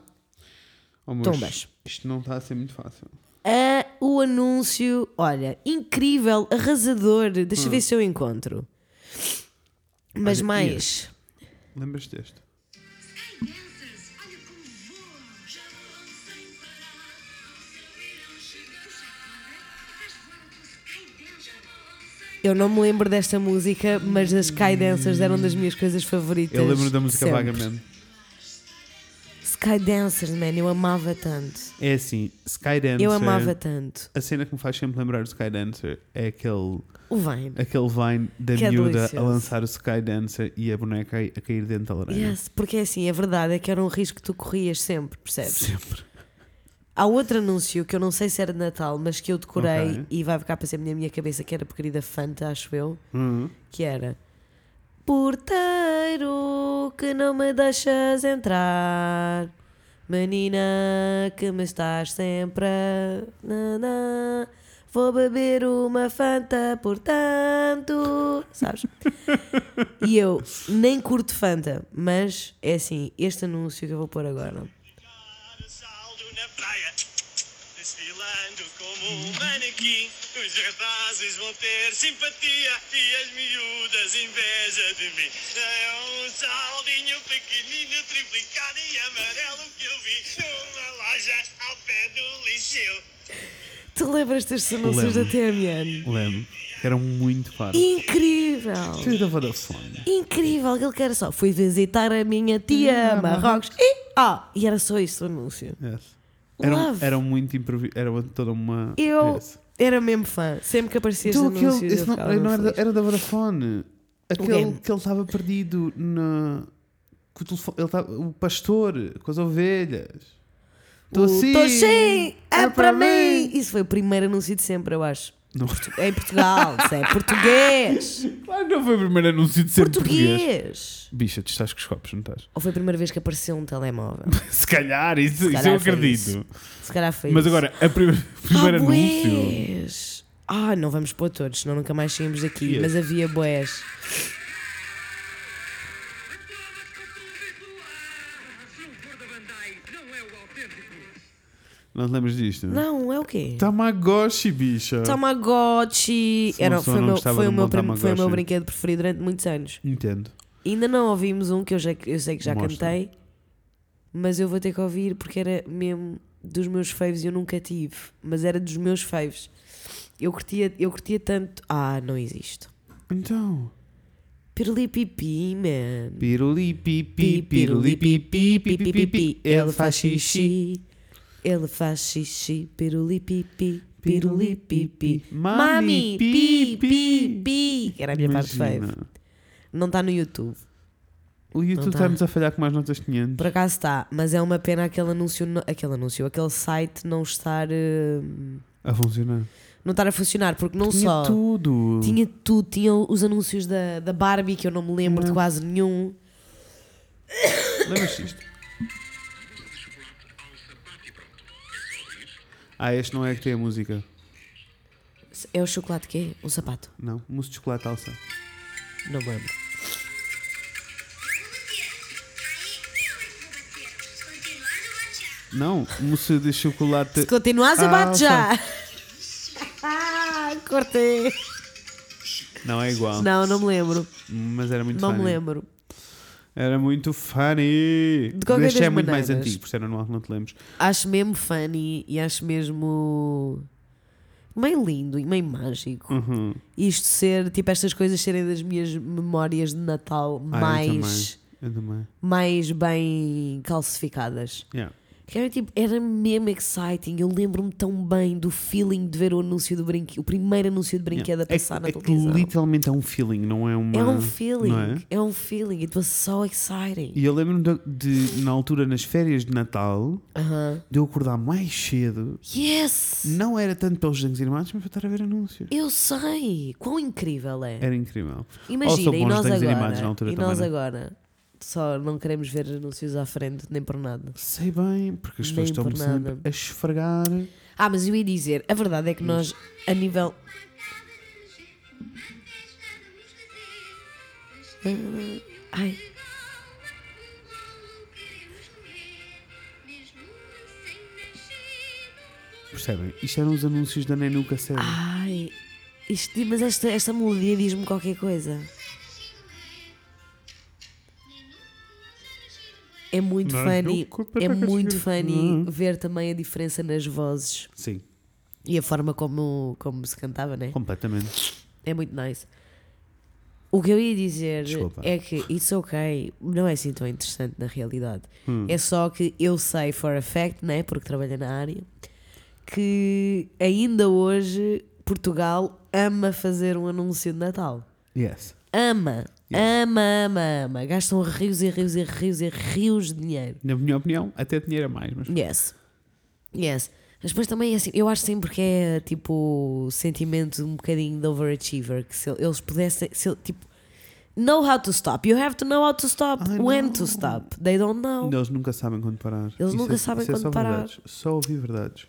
A: Oh, mas
B: Tombas.
A: Isto não está a ser muito fácil.
B: Ah, o anúncio, olha, incrível, arrasador. Deixa eu ver se eu encontro. Mas
A: Hum. Olha,
B: mais.
A: Lembras-te deste?
E: Ai, danças, olha como voam, já voam sem parar. Ao céu irão chegar. Tu já sabes, faz voar o teu skydan, já voam sem
B: Eu não me lembro desta música, mas as Sky Dancers eram das minhas coisas favoritas.
A: Eu lembro da música
B: sempre.
A: vagamente.
B: Sky Dancers, man, eu amava tanto.
A: É assim, Skydancer.
B: Eu amava tanto.
A: A cena que me faz sempre lembrar do Skydancer é aquele,
B: O Vine.
A: aquele Vine da
B: Que é
A: miúda a
B: delicioso.
A: lançar o Skydancer e a boneca a, a cair dentro da laranja.
B: Yes, porque é assim, a verdade é que era um risco que tu corrias sempre, percebes?
A: Sempre.
B: Há outro anúncio que eu não sei se era de Natal, mas que eu decorei
A: Ok.
B: e vai ficar para sempre na minha cabeça, que era por querida Fanta, acho eu. Que era Porteiro que não me deixas entrar, menina que me estás sempre. a- na, na. Vou beber uma Fanta, portanto. Sabes? e eu nem curto Fanta, mas é assim, este anúncio que eu vou pôr agora.
I: Saldo na praia, desfilando como um manequim. Os rapazes vão ter simpatia e as miúdas inveja de mim. É um saldinho pequenino, triplicado e amarelo que eu vi numa loja ao pé do liceu.
B: Tu lembras destes anúncios da
A: Lembro.
B: TMN?
A: Lembro. Eram muito fáceis.
B: Incrível!
A: Tu da Vodafone.
B: Incrível! Aquilo que era só. Fui visitar a minha tia Hum, a Marrocos e. Ah! E era só isso o anúncio.
A: Yes. Eram,
B: Love.
A: eram muito improvisados. Era toda uma.
B: Eu
A: Yes.
B: era mesmo fã. Sempre que aparecia este
A: Então, aquele-
B: anúncio.
A: esse não, não era, da- era da Vodafone. Aquele
B: game.
A: que ele estava perdido na. com o, telefone- ele estava- o pastor com as ovelhas. Estou assim!
B: Estou sim! É para mim! Isso foi o primeiro anúncio de sempre, eu acho.
A: Não.
B: É em Portugal, se é português!
A: Claro, não foi o primeiro anúncio de ser português.
B: Português!
A: Bicha, tu estás com os copos, não estás?
B: Ou foi a primeira vez que apareceu um telemóvel?
A: Se calhar, isso,
B: Se
A: isso
B: calhar
A: eu
B: foi
A: acredito.
B: isso. Se calhar foi
A: Mas
B: isso.
A: agora, a prim- o primeiro
B: ah,
A: anúncio.
B: Boés. Ah, não vamos pôr todos, senão nunca mais saímos daqui.
A: Yes.
B: Mas havia boés.
E: um é
A: Não te lembras disto?
B: Não, é o quê?
A: Tamagotchi, bicha.
B: Tamagotchi.
A: Tá. Se uma
B: Era,
A: pessoa
B: foi, o
A: não
B: meu,
A: gostava
B: foi,
A: de
B: o
A: um
B: meu
A: bom
B: prim- foi o meu
A: Tamagotchi.
B: brinquedo preferido durante muitos anos.
A: Entendo.
B: Ainda não ouvimos um que eu, já, eu sei que já
A: Mostra.
B: cantei, mas eu vou ter que ouvir porque era mesmo dos meus faves e eu nunca tive. Mas era dos meus faves. Eu curtia, eu curtia tanto. Ah, não existe.
A: Então.
B: Pirlipipi, man.
A: Piruli pipi, piruli pipi, pipi pipi, ele faz xixi.
B: Ele faz xixi, piruli pipi,
A: piruli,
B: piruli
A: pipi.
B: pipi.
A: Mami, pi, pi,
B: pi. Era a minha parte fave.
A: Imagina.
B: Não está no YouTube,
A: O YouTube
B: Não tá.
A: está-nos a falhar com mais notas 500.
B: por acaso está, mas é uma pena aquele anúncio, no- aquele anúncio, aquele site não estar, eh,
A: A funcionar.
B: não estar a funcionar, porque não
A: Tinha
B: só
A: tudo.
B: tinha tudo, tinha os anúncios da, da Barbie que eu não me lembro de quase nenhum.
A: Lembras-te disto? Ah, este não é que tem a música.
B: É o chocolate que é? Um sapato?
A: Não, mousse de chocolate alça.
B: Não me lembro.
A: Não, mousse de chocolate.
B: Se continuas a
A: Ah,
B: bate já. Ah, cortei.
A: Não é igual.
B: Não, não me lembro.
A: Mas era muito
B: Não
A: funny.
B: me lembro.
A: Era muito funny.
B: De qualquer
A: Mas este
B: das
A: é muito mais
B: maneiras.
A: antigo, por isso é normal que não te lembres.
B: Acho mesmo funny e acho mesmo meio lindo e meio mágico.
A: Uhum.
B: Isto ser, tipo, estas coisas serem das minhas memórias de Natal
A: Ah, eu
B: mais,
A: Eu também.
B: mais bem calcificadas.
A: Yeah.
B: Que Era, tipo, era mesmo exciting. Eu lembro-me tão bem do feeling de ver o anúncio do brinquedo, o primeiro anúncio de brinquedo
A: Yeah.
B: a passar
A: é,
B: na
A: que- é que
B: televisão.
A: literalmente é um feeling, não é uma.
B: é um feeling,
A: não é?
B: é? um feeling. It was so exciting.
A: E eu lembro-me de, de, na altura, nas férias de Natal,
B: Aham.
A: de eu acordar mais cedo.
B: Yes!
A: Não era tanto pelos desenhos animados, mas para estar a ver anúncios.
B: Eu sei! Quão incrível é!
A: Era incrível.
B: Imagina, e
A: Oh, bons
B: nós
A: desenhos
B: agora.
A: animados na altura
B: e
A: também,
B: nós
A: não é?
B: agora. Só não queremos ver anúncios à frente, nem por nada.
A: Sei bem, porque as
B: Nem
A: pessoas estão
B: por
A: sempre
B: nada.
A: a esfregar.
B: Ah, mas eu ia dizer, a verdade é
A: Hum.
B: que nós, a nível. Ai.
A: Percebem? Isto eram os anúncios da Nenuca sério.
B: Ah. Ai. Isto, mas esta, esta melodia diz-me qualquer coisa. É muito
A: Não,
B: funny.
A: eu-
B: É muito
A: Hum.
B: funny ver também a diferença nas vozes
A: Sim,
B: e a forma como, como se cantava, né?
A: completamente.
B: É muito nice. O que eu ia dizer
A: Desculpa.
B: é que it's ok, não é assim tão interessante na realidade. É só que eu sei for a fact, né, porque trabalho na área, que ainda hoje Portugal ama fazer um anúncio de Natal.
A: Yes.
B: Ama, ama, ama, ama. Gastam rios e rios e rios e rios de dinheiro.
A: Na minha opinião, até dinheiro a mais, mas
B: Yes. Yes. Mas depois também é assim, eu acho sempre que é tipo o sentimento um bocadinho de overachiever, que se eles pudessem, se, ele- tipo, know how to stop. You have to know how to stop,
A: Ai,
B: when
A: não.
B: to stop. They don't know.
A: eles nunca sabem quando parar.
B: Eles nunca
A: é-
B: sabem
A: isso é
B: quando
A: só
B: parar.
A: verdades. Só ouvi verdades.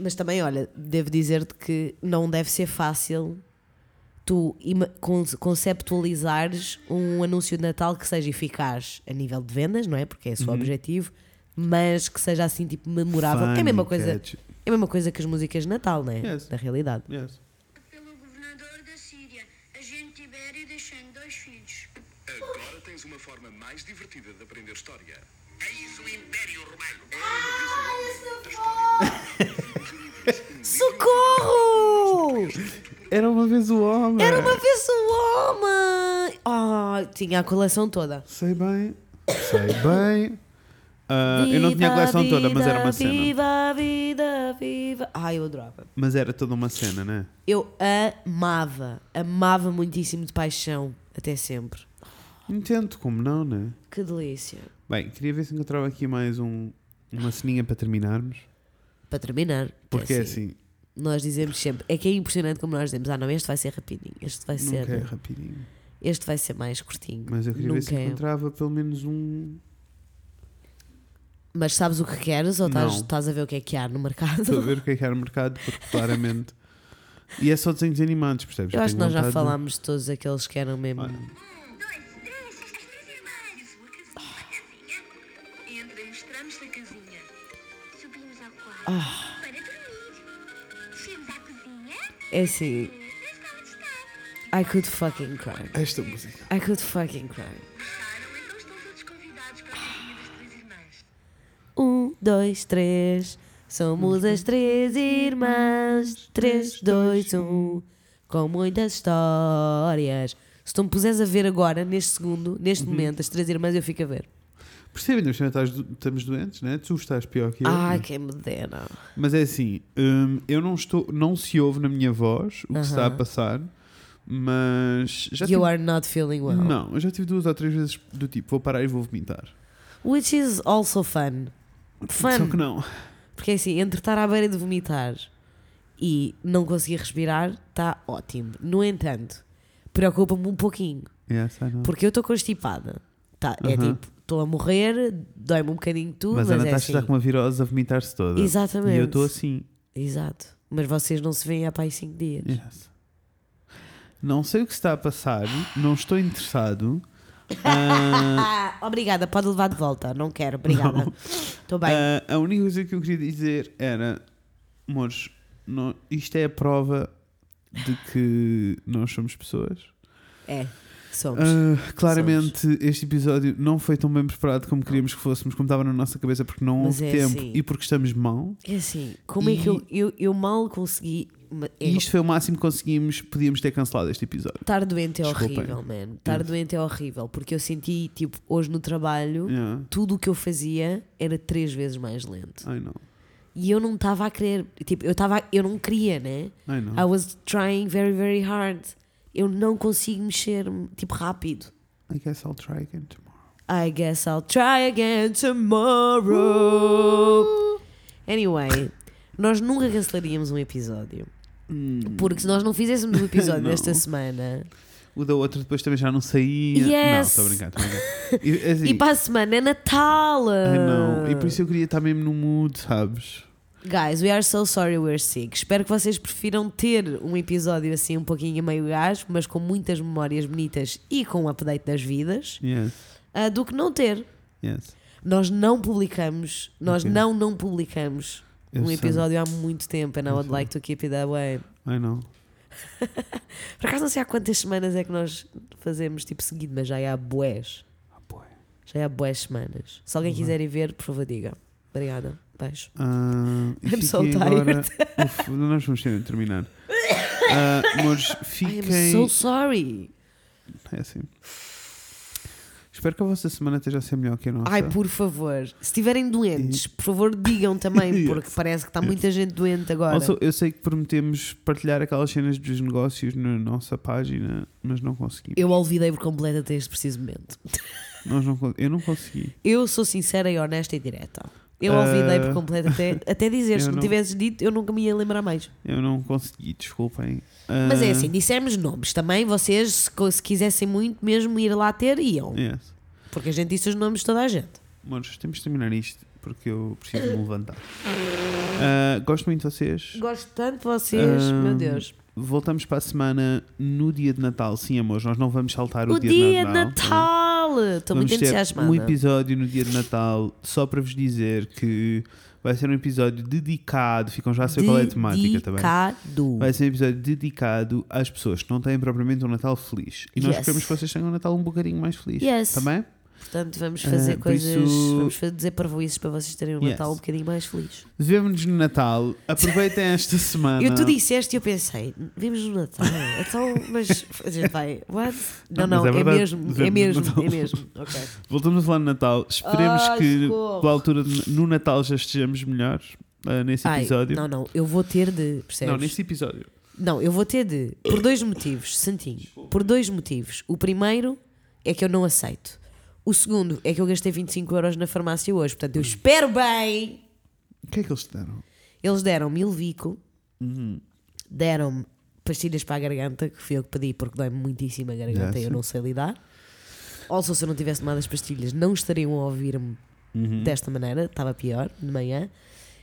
B: Mas também, olha, devo dizer-te que não deve ser fácil tu ima- con- conceptualizares um anúncio de Natal que seja eficaz a nível de vendas, não é? Porque é
A: Uhum.
B: esse o objetivo, mas que seja assim, tipo, memorável. é a mesma
A: Funny
B: coisa.
A: catch.
B: É a mesma coisa que as músicas de Natal, né?
A: Yes.
B: Na realidade.
A: Yes.
E: Pelo governador da Síria, agente Tibério deixando dois filhos.
D: Agora tens uma forma mais divertida de aprender história. É
J: Eis É o Império Romano.
E: é
B: Socorro!
A: Era uma vez o homem.
B: Era uma vez o homem! Oh, tinha a coleção toda.
A: Sei bem. Sei bem. Ah, eu não tinha a coleção toda, mas era uma
B: vida,
A: cena.
B: Viva, vida, viva. Ai, eu adorava.
A: Mas era toda uma cena, né?
B: Eu amava, amava muitíssimo de paixão, até sempre.
A: Entendo, como não, né?
B: Que delícia.
A: Bem, queria ver se encontrava aqui mais um, uma ceninha para terminarmos.
B: Para terminar, que
A: Porque é assim,
B: Nós dizemos sempre, é que é impressionante como nós dizemos: ah, não, este vai ser rapidinho, este vai ser,
A: nunca é rapidinho.
B: este vai ser mais curtinho.
A: Mas eu queria ver se
B: Nunca é.
A: encontrava pelo menos um.
B: Mas sabes o que queres ou estás,
A: Não.
B: estás a ver o que é que há no
A: Estou a
B: mercado?
A: ver o que é que era o mercado, porque claramente. E é só desenhos animados, percebes?
B: Eu acho que
A: tenho
B: nós já
A: vontade de-
B: falámos de todos aqueles que eram mesmo.
E: Um, dois, três, as três irmãs. Uma casinha, uma casinha. Entra, mostramos a casinha. Subimos ao quarto
B: Ah.
E: para dormir. Descemos à cozinha.
B: É assim,
E: Na sala de estar.
B: I could fucking cry.
A: Esta música.
B: I could fucking cry.
E: Gostaram? Então estão todos convidados para a casinha das três irmãs.
B: Um, dois, três. Somos as três irmãs. Três, dois, um. Com muitas histórias. Se tu me puseres a ver agora, neste segundo,
A: Uhum.
B: neste momento, as três irmãs, eu fico a ver.
A: Percebem, nós também estás do- estamos doentes, né? Tu estás pior que eu.
B: Ai,
A: né?
B: quem me dera.
A: Mas é assim, hum, eu não estou. Não se ouve na minha voz o que se está a
B: Aham.
A: passar, mas. Já
B: You
A: tive-
B: are not feeling well.
A: Não, eu já tive duas ou três vezes do tipo, vou parar e vou vomitar.
B: Which is also fun. Fun.
A: Só que não.
B: Porque assim, entre estar à beira de vomitar e não conseguir respirar, está ótimo. No entanto, preocupa-me um pouquinho,
A: Yes, I know.
B: porque eu estou constipada. Tá, É
A: Aham.
B: tipo, estou a morrer, dói-me um bocadinho tudo,
A: Uhum. mas
B: mas,
A: a
B: é
A: Natasha
B: assim.
A: está com uma virose a vomitar-se toda.
B: Exatamente.
A: E eu estou assim.
B: Exato. Mas vocês não se veem há pai 5 dias.
A: Yes. Não sei o que se está a passar, não estou interessado. Ah,
B: Ah, obrigada, pode levar de volta. Não quero, obrigada. Estou bem.
A: ah, a única coisa que eu queria dizer era: amores, nó- isto é a prova de que nós somos pessoas.
B: É, somos.
A: Ah, claramente, este episódio não foi tão bem preparado como queríamos que fôssemos, como estava na nossa cabeça, porque não
B: Mas
A: houve
B: é
A: tempo
B: assim.
A: e porque estamos mal.
B: É assim, como é que eu, eu, eu mal consegui. ma- é-
A: E isto foi o máximo que conseguimos, podíamos ter cancelado este episódio.
B: Estar doente é
A: Desculpem. Hum.
B: horrível, man. Estar doente é horrível, porque eu senti, tipo, hoje no trabalho,
A: Yeah.
B: tudo o que eu fazia era três vezes mais lento.
A: Ai não.
B: E eu não estava a querer, tipo, eu, estava a- eu não queria, né?
A: Ai não.
B: I was trying very, very hard. Eu não consigo mexer-me, tipo, rápido.
A: I guess I'll try again tomorrow.
B: I guess I'll try again
A: Uh.
B: tomorrow. Anyway, nós nunca cancelaríamos um episódio.
A: Hmm.
B: Porque se nós não fizéssemos um episódio
A: Não.
B: esta semana
A: O da outra depois também já não saía. Não,
B: Yes.
A: estou a brincar, estou a brincar. E, assim,
B: e para a semana é Natal!
A: ai não. E por isso eu queria estar mesmo no mood, sabes?
B: Guys, we are so sorry we're sick. Espero que vocês prefiram ter um episódio assim um pouquinho a meio gás, mas com muitas memórias bonitas e com um update das vidas,
A: Yes,
B: ah, do que não ter.
A: yes.
B: Nós não publicamos, nós
A: Ok.
B: não não publicamos
A: Eu
B: um
A: sei.
B: episódio há muito tempo and I would like to keep it that way.
A: Ai não.
B: Por acaso não sei há quantas semanas é que nós fazemos tipo seguido, mas já há boés.
A: Ah, boy.
B: Já há boés semanas. Se
A: Uhum.
B: alguém quiser ir ver, por favor, diga. Obrigada. Beijo.
A: Ah, e
B: I'm so
A: fiquem
B: tired.
A: agora- Uf, nós vamos ter de terminar. Ah, amores,
B: I am
A: fiquem.
B: so sorry.
A: É assim. Espero que a vossa semana esteja a ser melhor que a nossa.
B: Ai, por favor. Se estiverem doentes, por favor, digam também, porque parece que está muita gente doente agora.
A: Also, eu sei que prometemos partilhar aquelas cenas dos negócios na nossa página, mas não conseguimos.
B: eu olvidei por completo até este preciso momento.
A: Nós não, con- eu não consegui.
B: Eu sou sincera e honesta e direta. Eu
A: Ah.
B: olvidei por completo até, até dizer,
A: Eu
B: se não
A: não.
B: tivesses dito, eu nunca me ia lembrar mais.
A: Eu não consegui, desculpem.
B: Mas é
A: Ah,
B: assim, dissemos nomes também, vocês, se, co- se quisessem muito mesmo ir lá ter, iam.
A: Ah, Yes.
B: Porque a gente disse os nomes de toda a gente.
A: Amores, temos de terminar isto porque eu preciso me levantar. Ah, gosto muito de vocês.
B: Gosto tanto de vocês,
A: Ah,
B: meu Deus.
A: Voltamos para a semana no dia de Natal. Sim, amores, nós não vamos saltar o,
B: O dia de
A: tá bem?
B: Natal! Estou
A: Vamos
B: muito
A: ter
B: entusiasmada.
A: um episódio no dia de Natal só para vos dizer que vai ser um episódio dedicado. Ficam já a saber qual é a temática também.
B: Dedicado.
A: Vai ser um episódio dedicado às pessoas que não têm propriamente um Natal feliz. E nós
B: Yes.
A: queremos que vocês tenham um Natal um bocadinho mais feliz. tá
B: Yes.
A: Também?
B: Portanto, vamos fazer
A: Ah, por
B: coisas,
A: isso-
B: vamos fazer parvoices para vocês terem um
A: Yes.
B: Natal um bocadinho mais feliz.
A: Vemo-nos no Natal. Aproveitem esta semana.
B: Eu tu disseste e eu pensei, vimos no Natal, então, mas a gente vai, what? Não,
A: Não,
B: não,
A: mas é
B: é,
A: verdade,
B: mesmo, é
A: vemos no
B: mesmo,
A: Natal.
B: é mesmo. Ok.
A: Voltamos a falar no Natal. Esperemos
B: Ai,
A: que
B: Ah, socorro.
A: pela altura de- no Natal já estejamos melhores ah, nesse
B: Ai,
A: episódio.
B: não, não, eu vou ter de, percebes?
A: Não, nesse episódio.
B: Não, eu vou ter de. Por dois motivos, Santinho. Por dois motivos. O primeiro é que eu não aceito. O segundo é que eu gastei 25 euros na farmácia hoje. Portanto, eu espero bem.
A: O que é que eles te deram?
B: Eles deram-me Ilvico,
A: Uhum.
B: deram-me pastilhas para a garganta, que fui eu que pedi porque dói-me muitíssimo a garganta
A: Já
B: e eu
A: sei.
B: não sei lidar. Also, se eu não tivesse tomado as pastilhas, não estariam a ouvir-me
A: Uhum.
B: desta maneira. Estava pior, de manhã.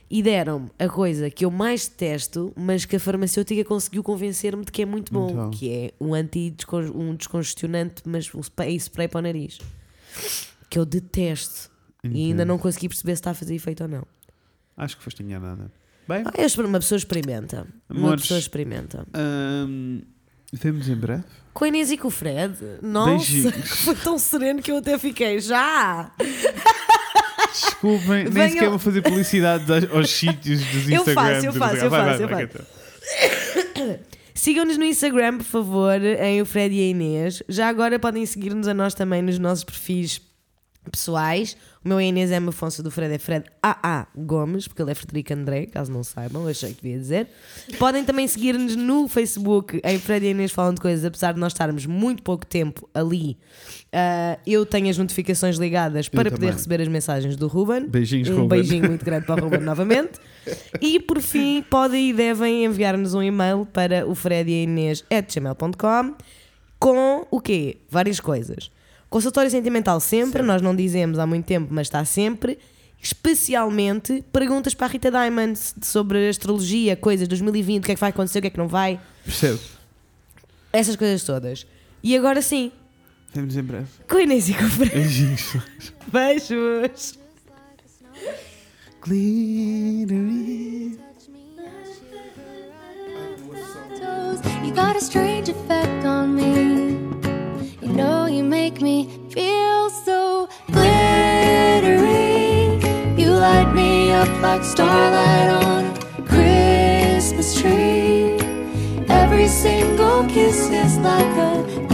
B: E deram-me a coisa que eu mais detesto, mas que a farmacêutica conseguiu convencer-me de que é muito bom,
A: Então.
B: que é um anti um descongestionante, mas um spray, spray para o nariz. Que eu detesto. E ainda não consegui perceber se está a fazer efeito ou não.
A: Acho que foste enganada. Bem,
B: Ah, eu espero- uma pessoa experimenta. Uma
A: Amores.
B: pessoa experimenta.
A: ahm, vemos em breve.
B: Com a Inês e com o Fred, nossa,
A: Beijinhos.
B: que foi tão sereno que eu até fiquei já.
A: Desculpem, nem
B: Venham-
A: sequer vou fazer publicidade aos, aos sítios dos
B: Eu
A: Instagram.
B: faço, eu faço, eu faço, eu Sigam-nos no Instagram, por favor, em o Fred e a Inês. Já agora podem seguir-nos a nós também nos nossos perfis pessoais. O meu é Inês M. Afonso, do Fred é Fred AA Gomes, porque ele é Frederico André, caso não saibam, eu achei que devia dizer. Podem também seguir-nos no Facebook, em Fred e Inês falam de coisas, apesar de nós estarmos muito pouco tempo ali. ah, eu tenho as notificações ligadas para poder
A: também.
B: receber as mensagens do Ruben.
A: Beijinhos,
B: um
A: Ruben.
B: beijinho muito grande para o Ruben novamente. E por fim, podem e devem enviar-nos um e-mail para o frediainês.gmail.com com o quê? Várias coisas. Consultório sentimental sempre, nós não dizemos há muito tempo, mas está sempre. Especialmente perguntas para a Rita Diamond sobre astrologia, coisas 2020, o que é que vai acontecer, o que é que não vai,
A: Percebe?
B: essas coisas todas. E agora sim,
A: Vemos em breve.
B: com a Inês e com o Fred.
A: Beijinhos.
B: Beijos!
A: Glittery.
E: Touch me, I shiver.
F: You got a strange effect on me. You know you make me feel so glittery. You light me up like starlight on a Christmas tree. Every single kiss is like a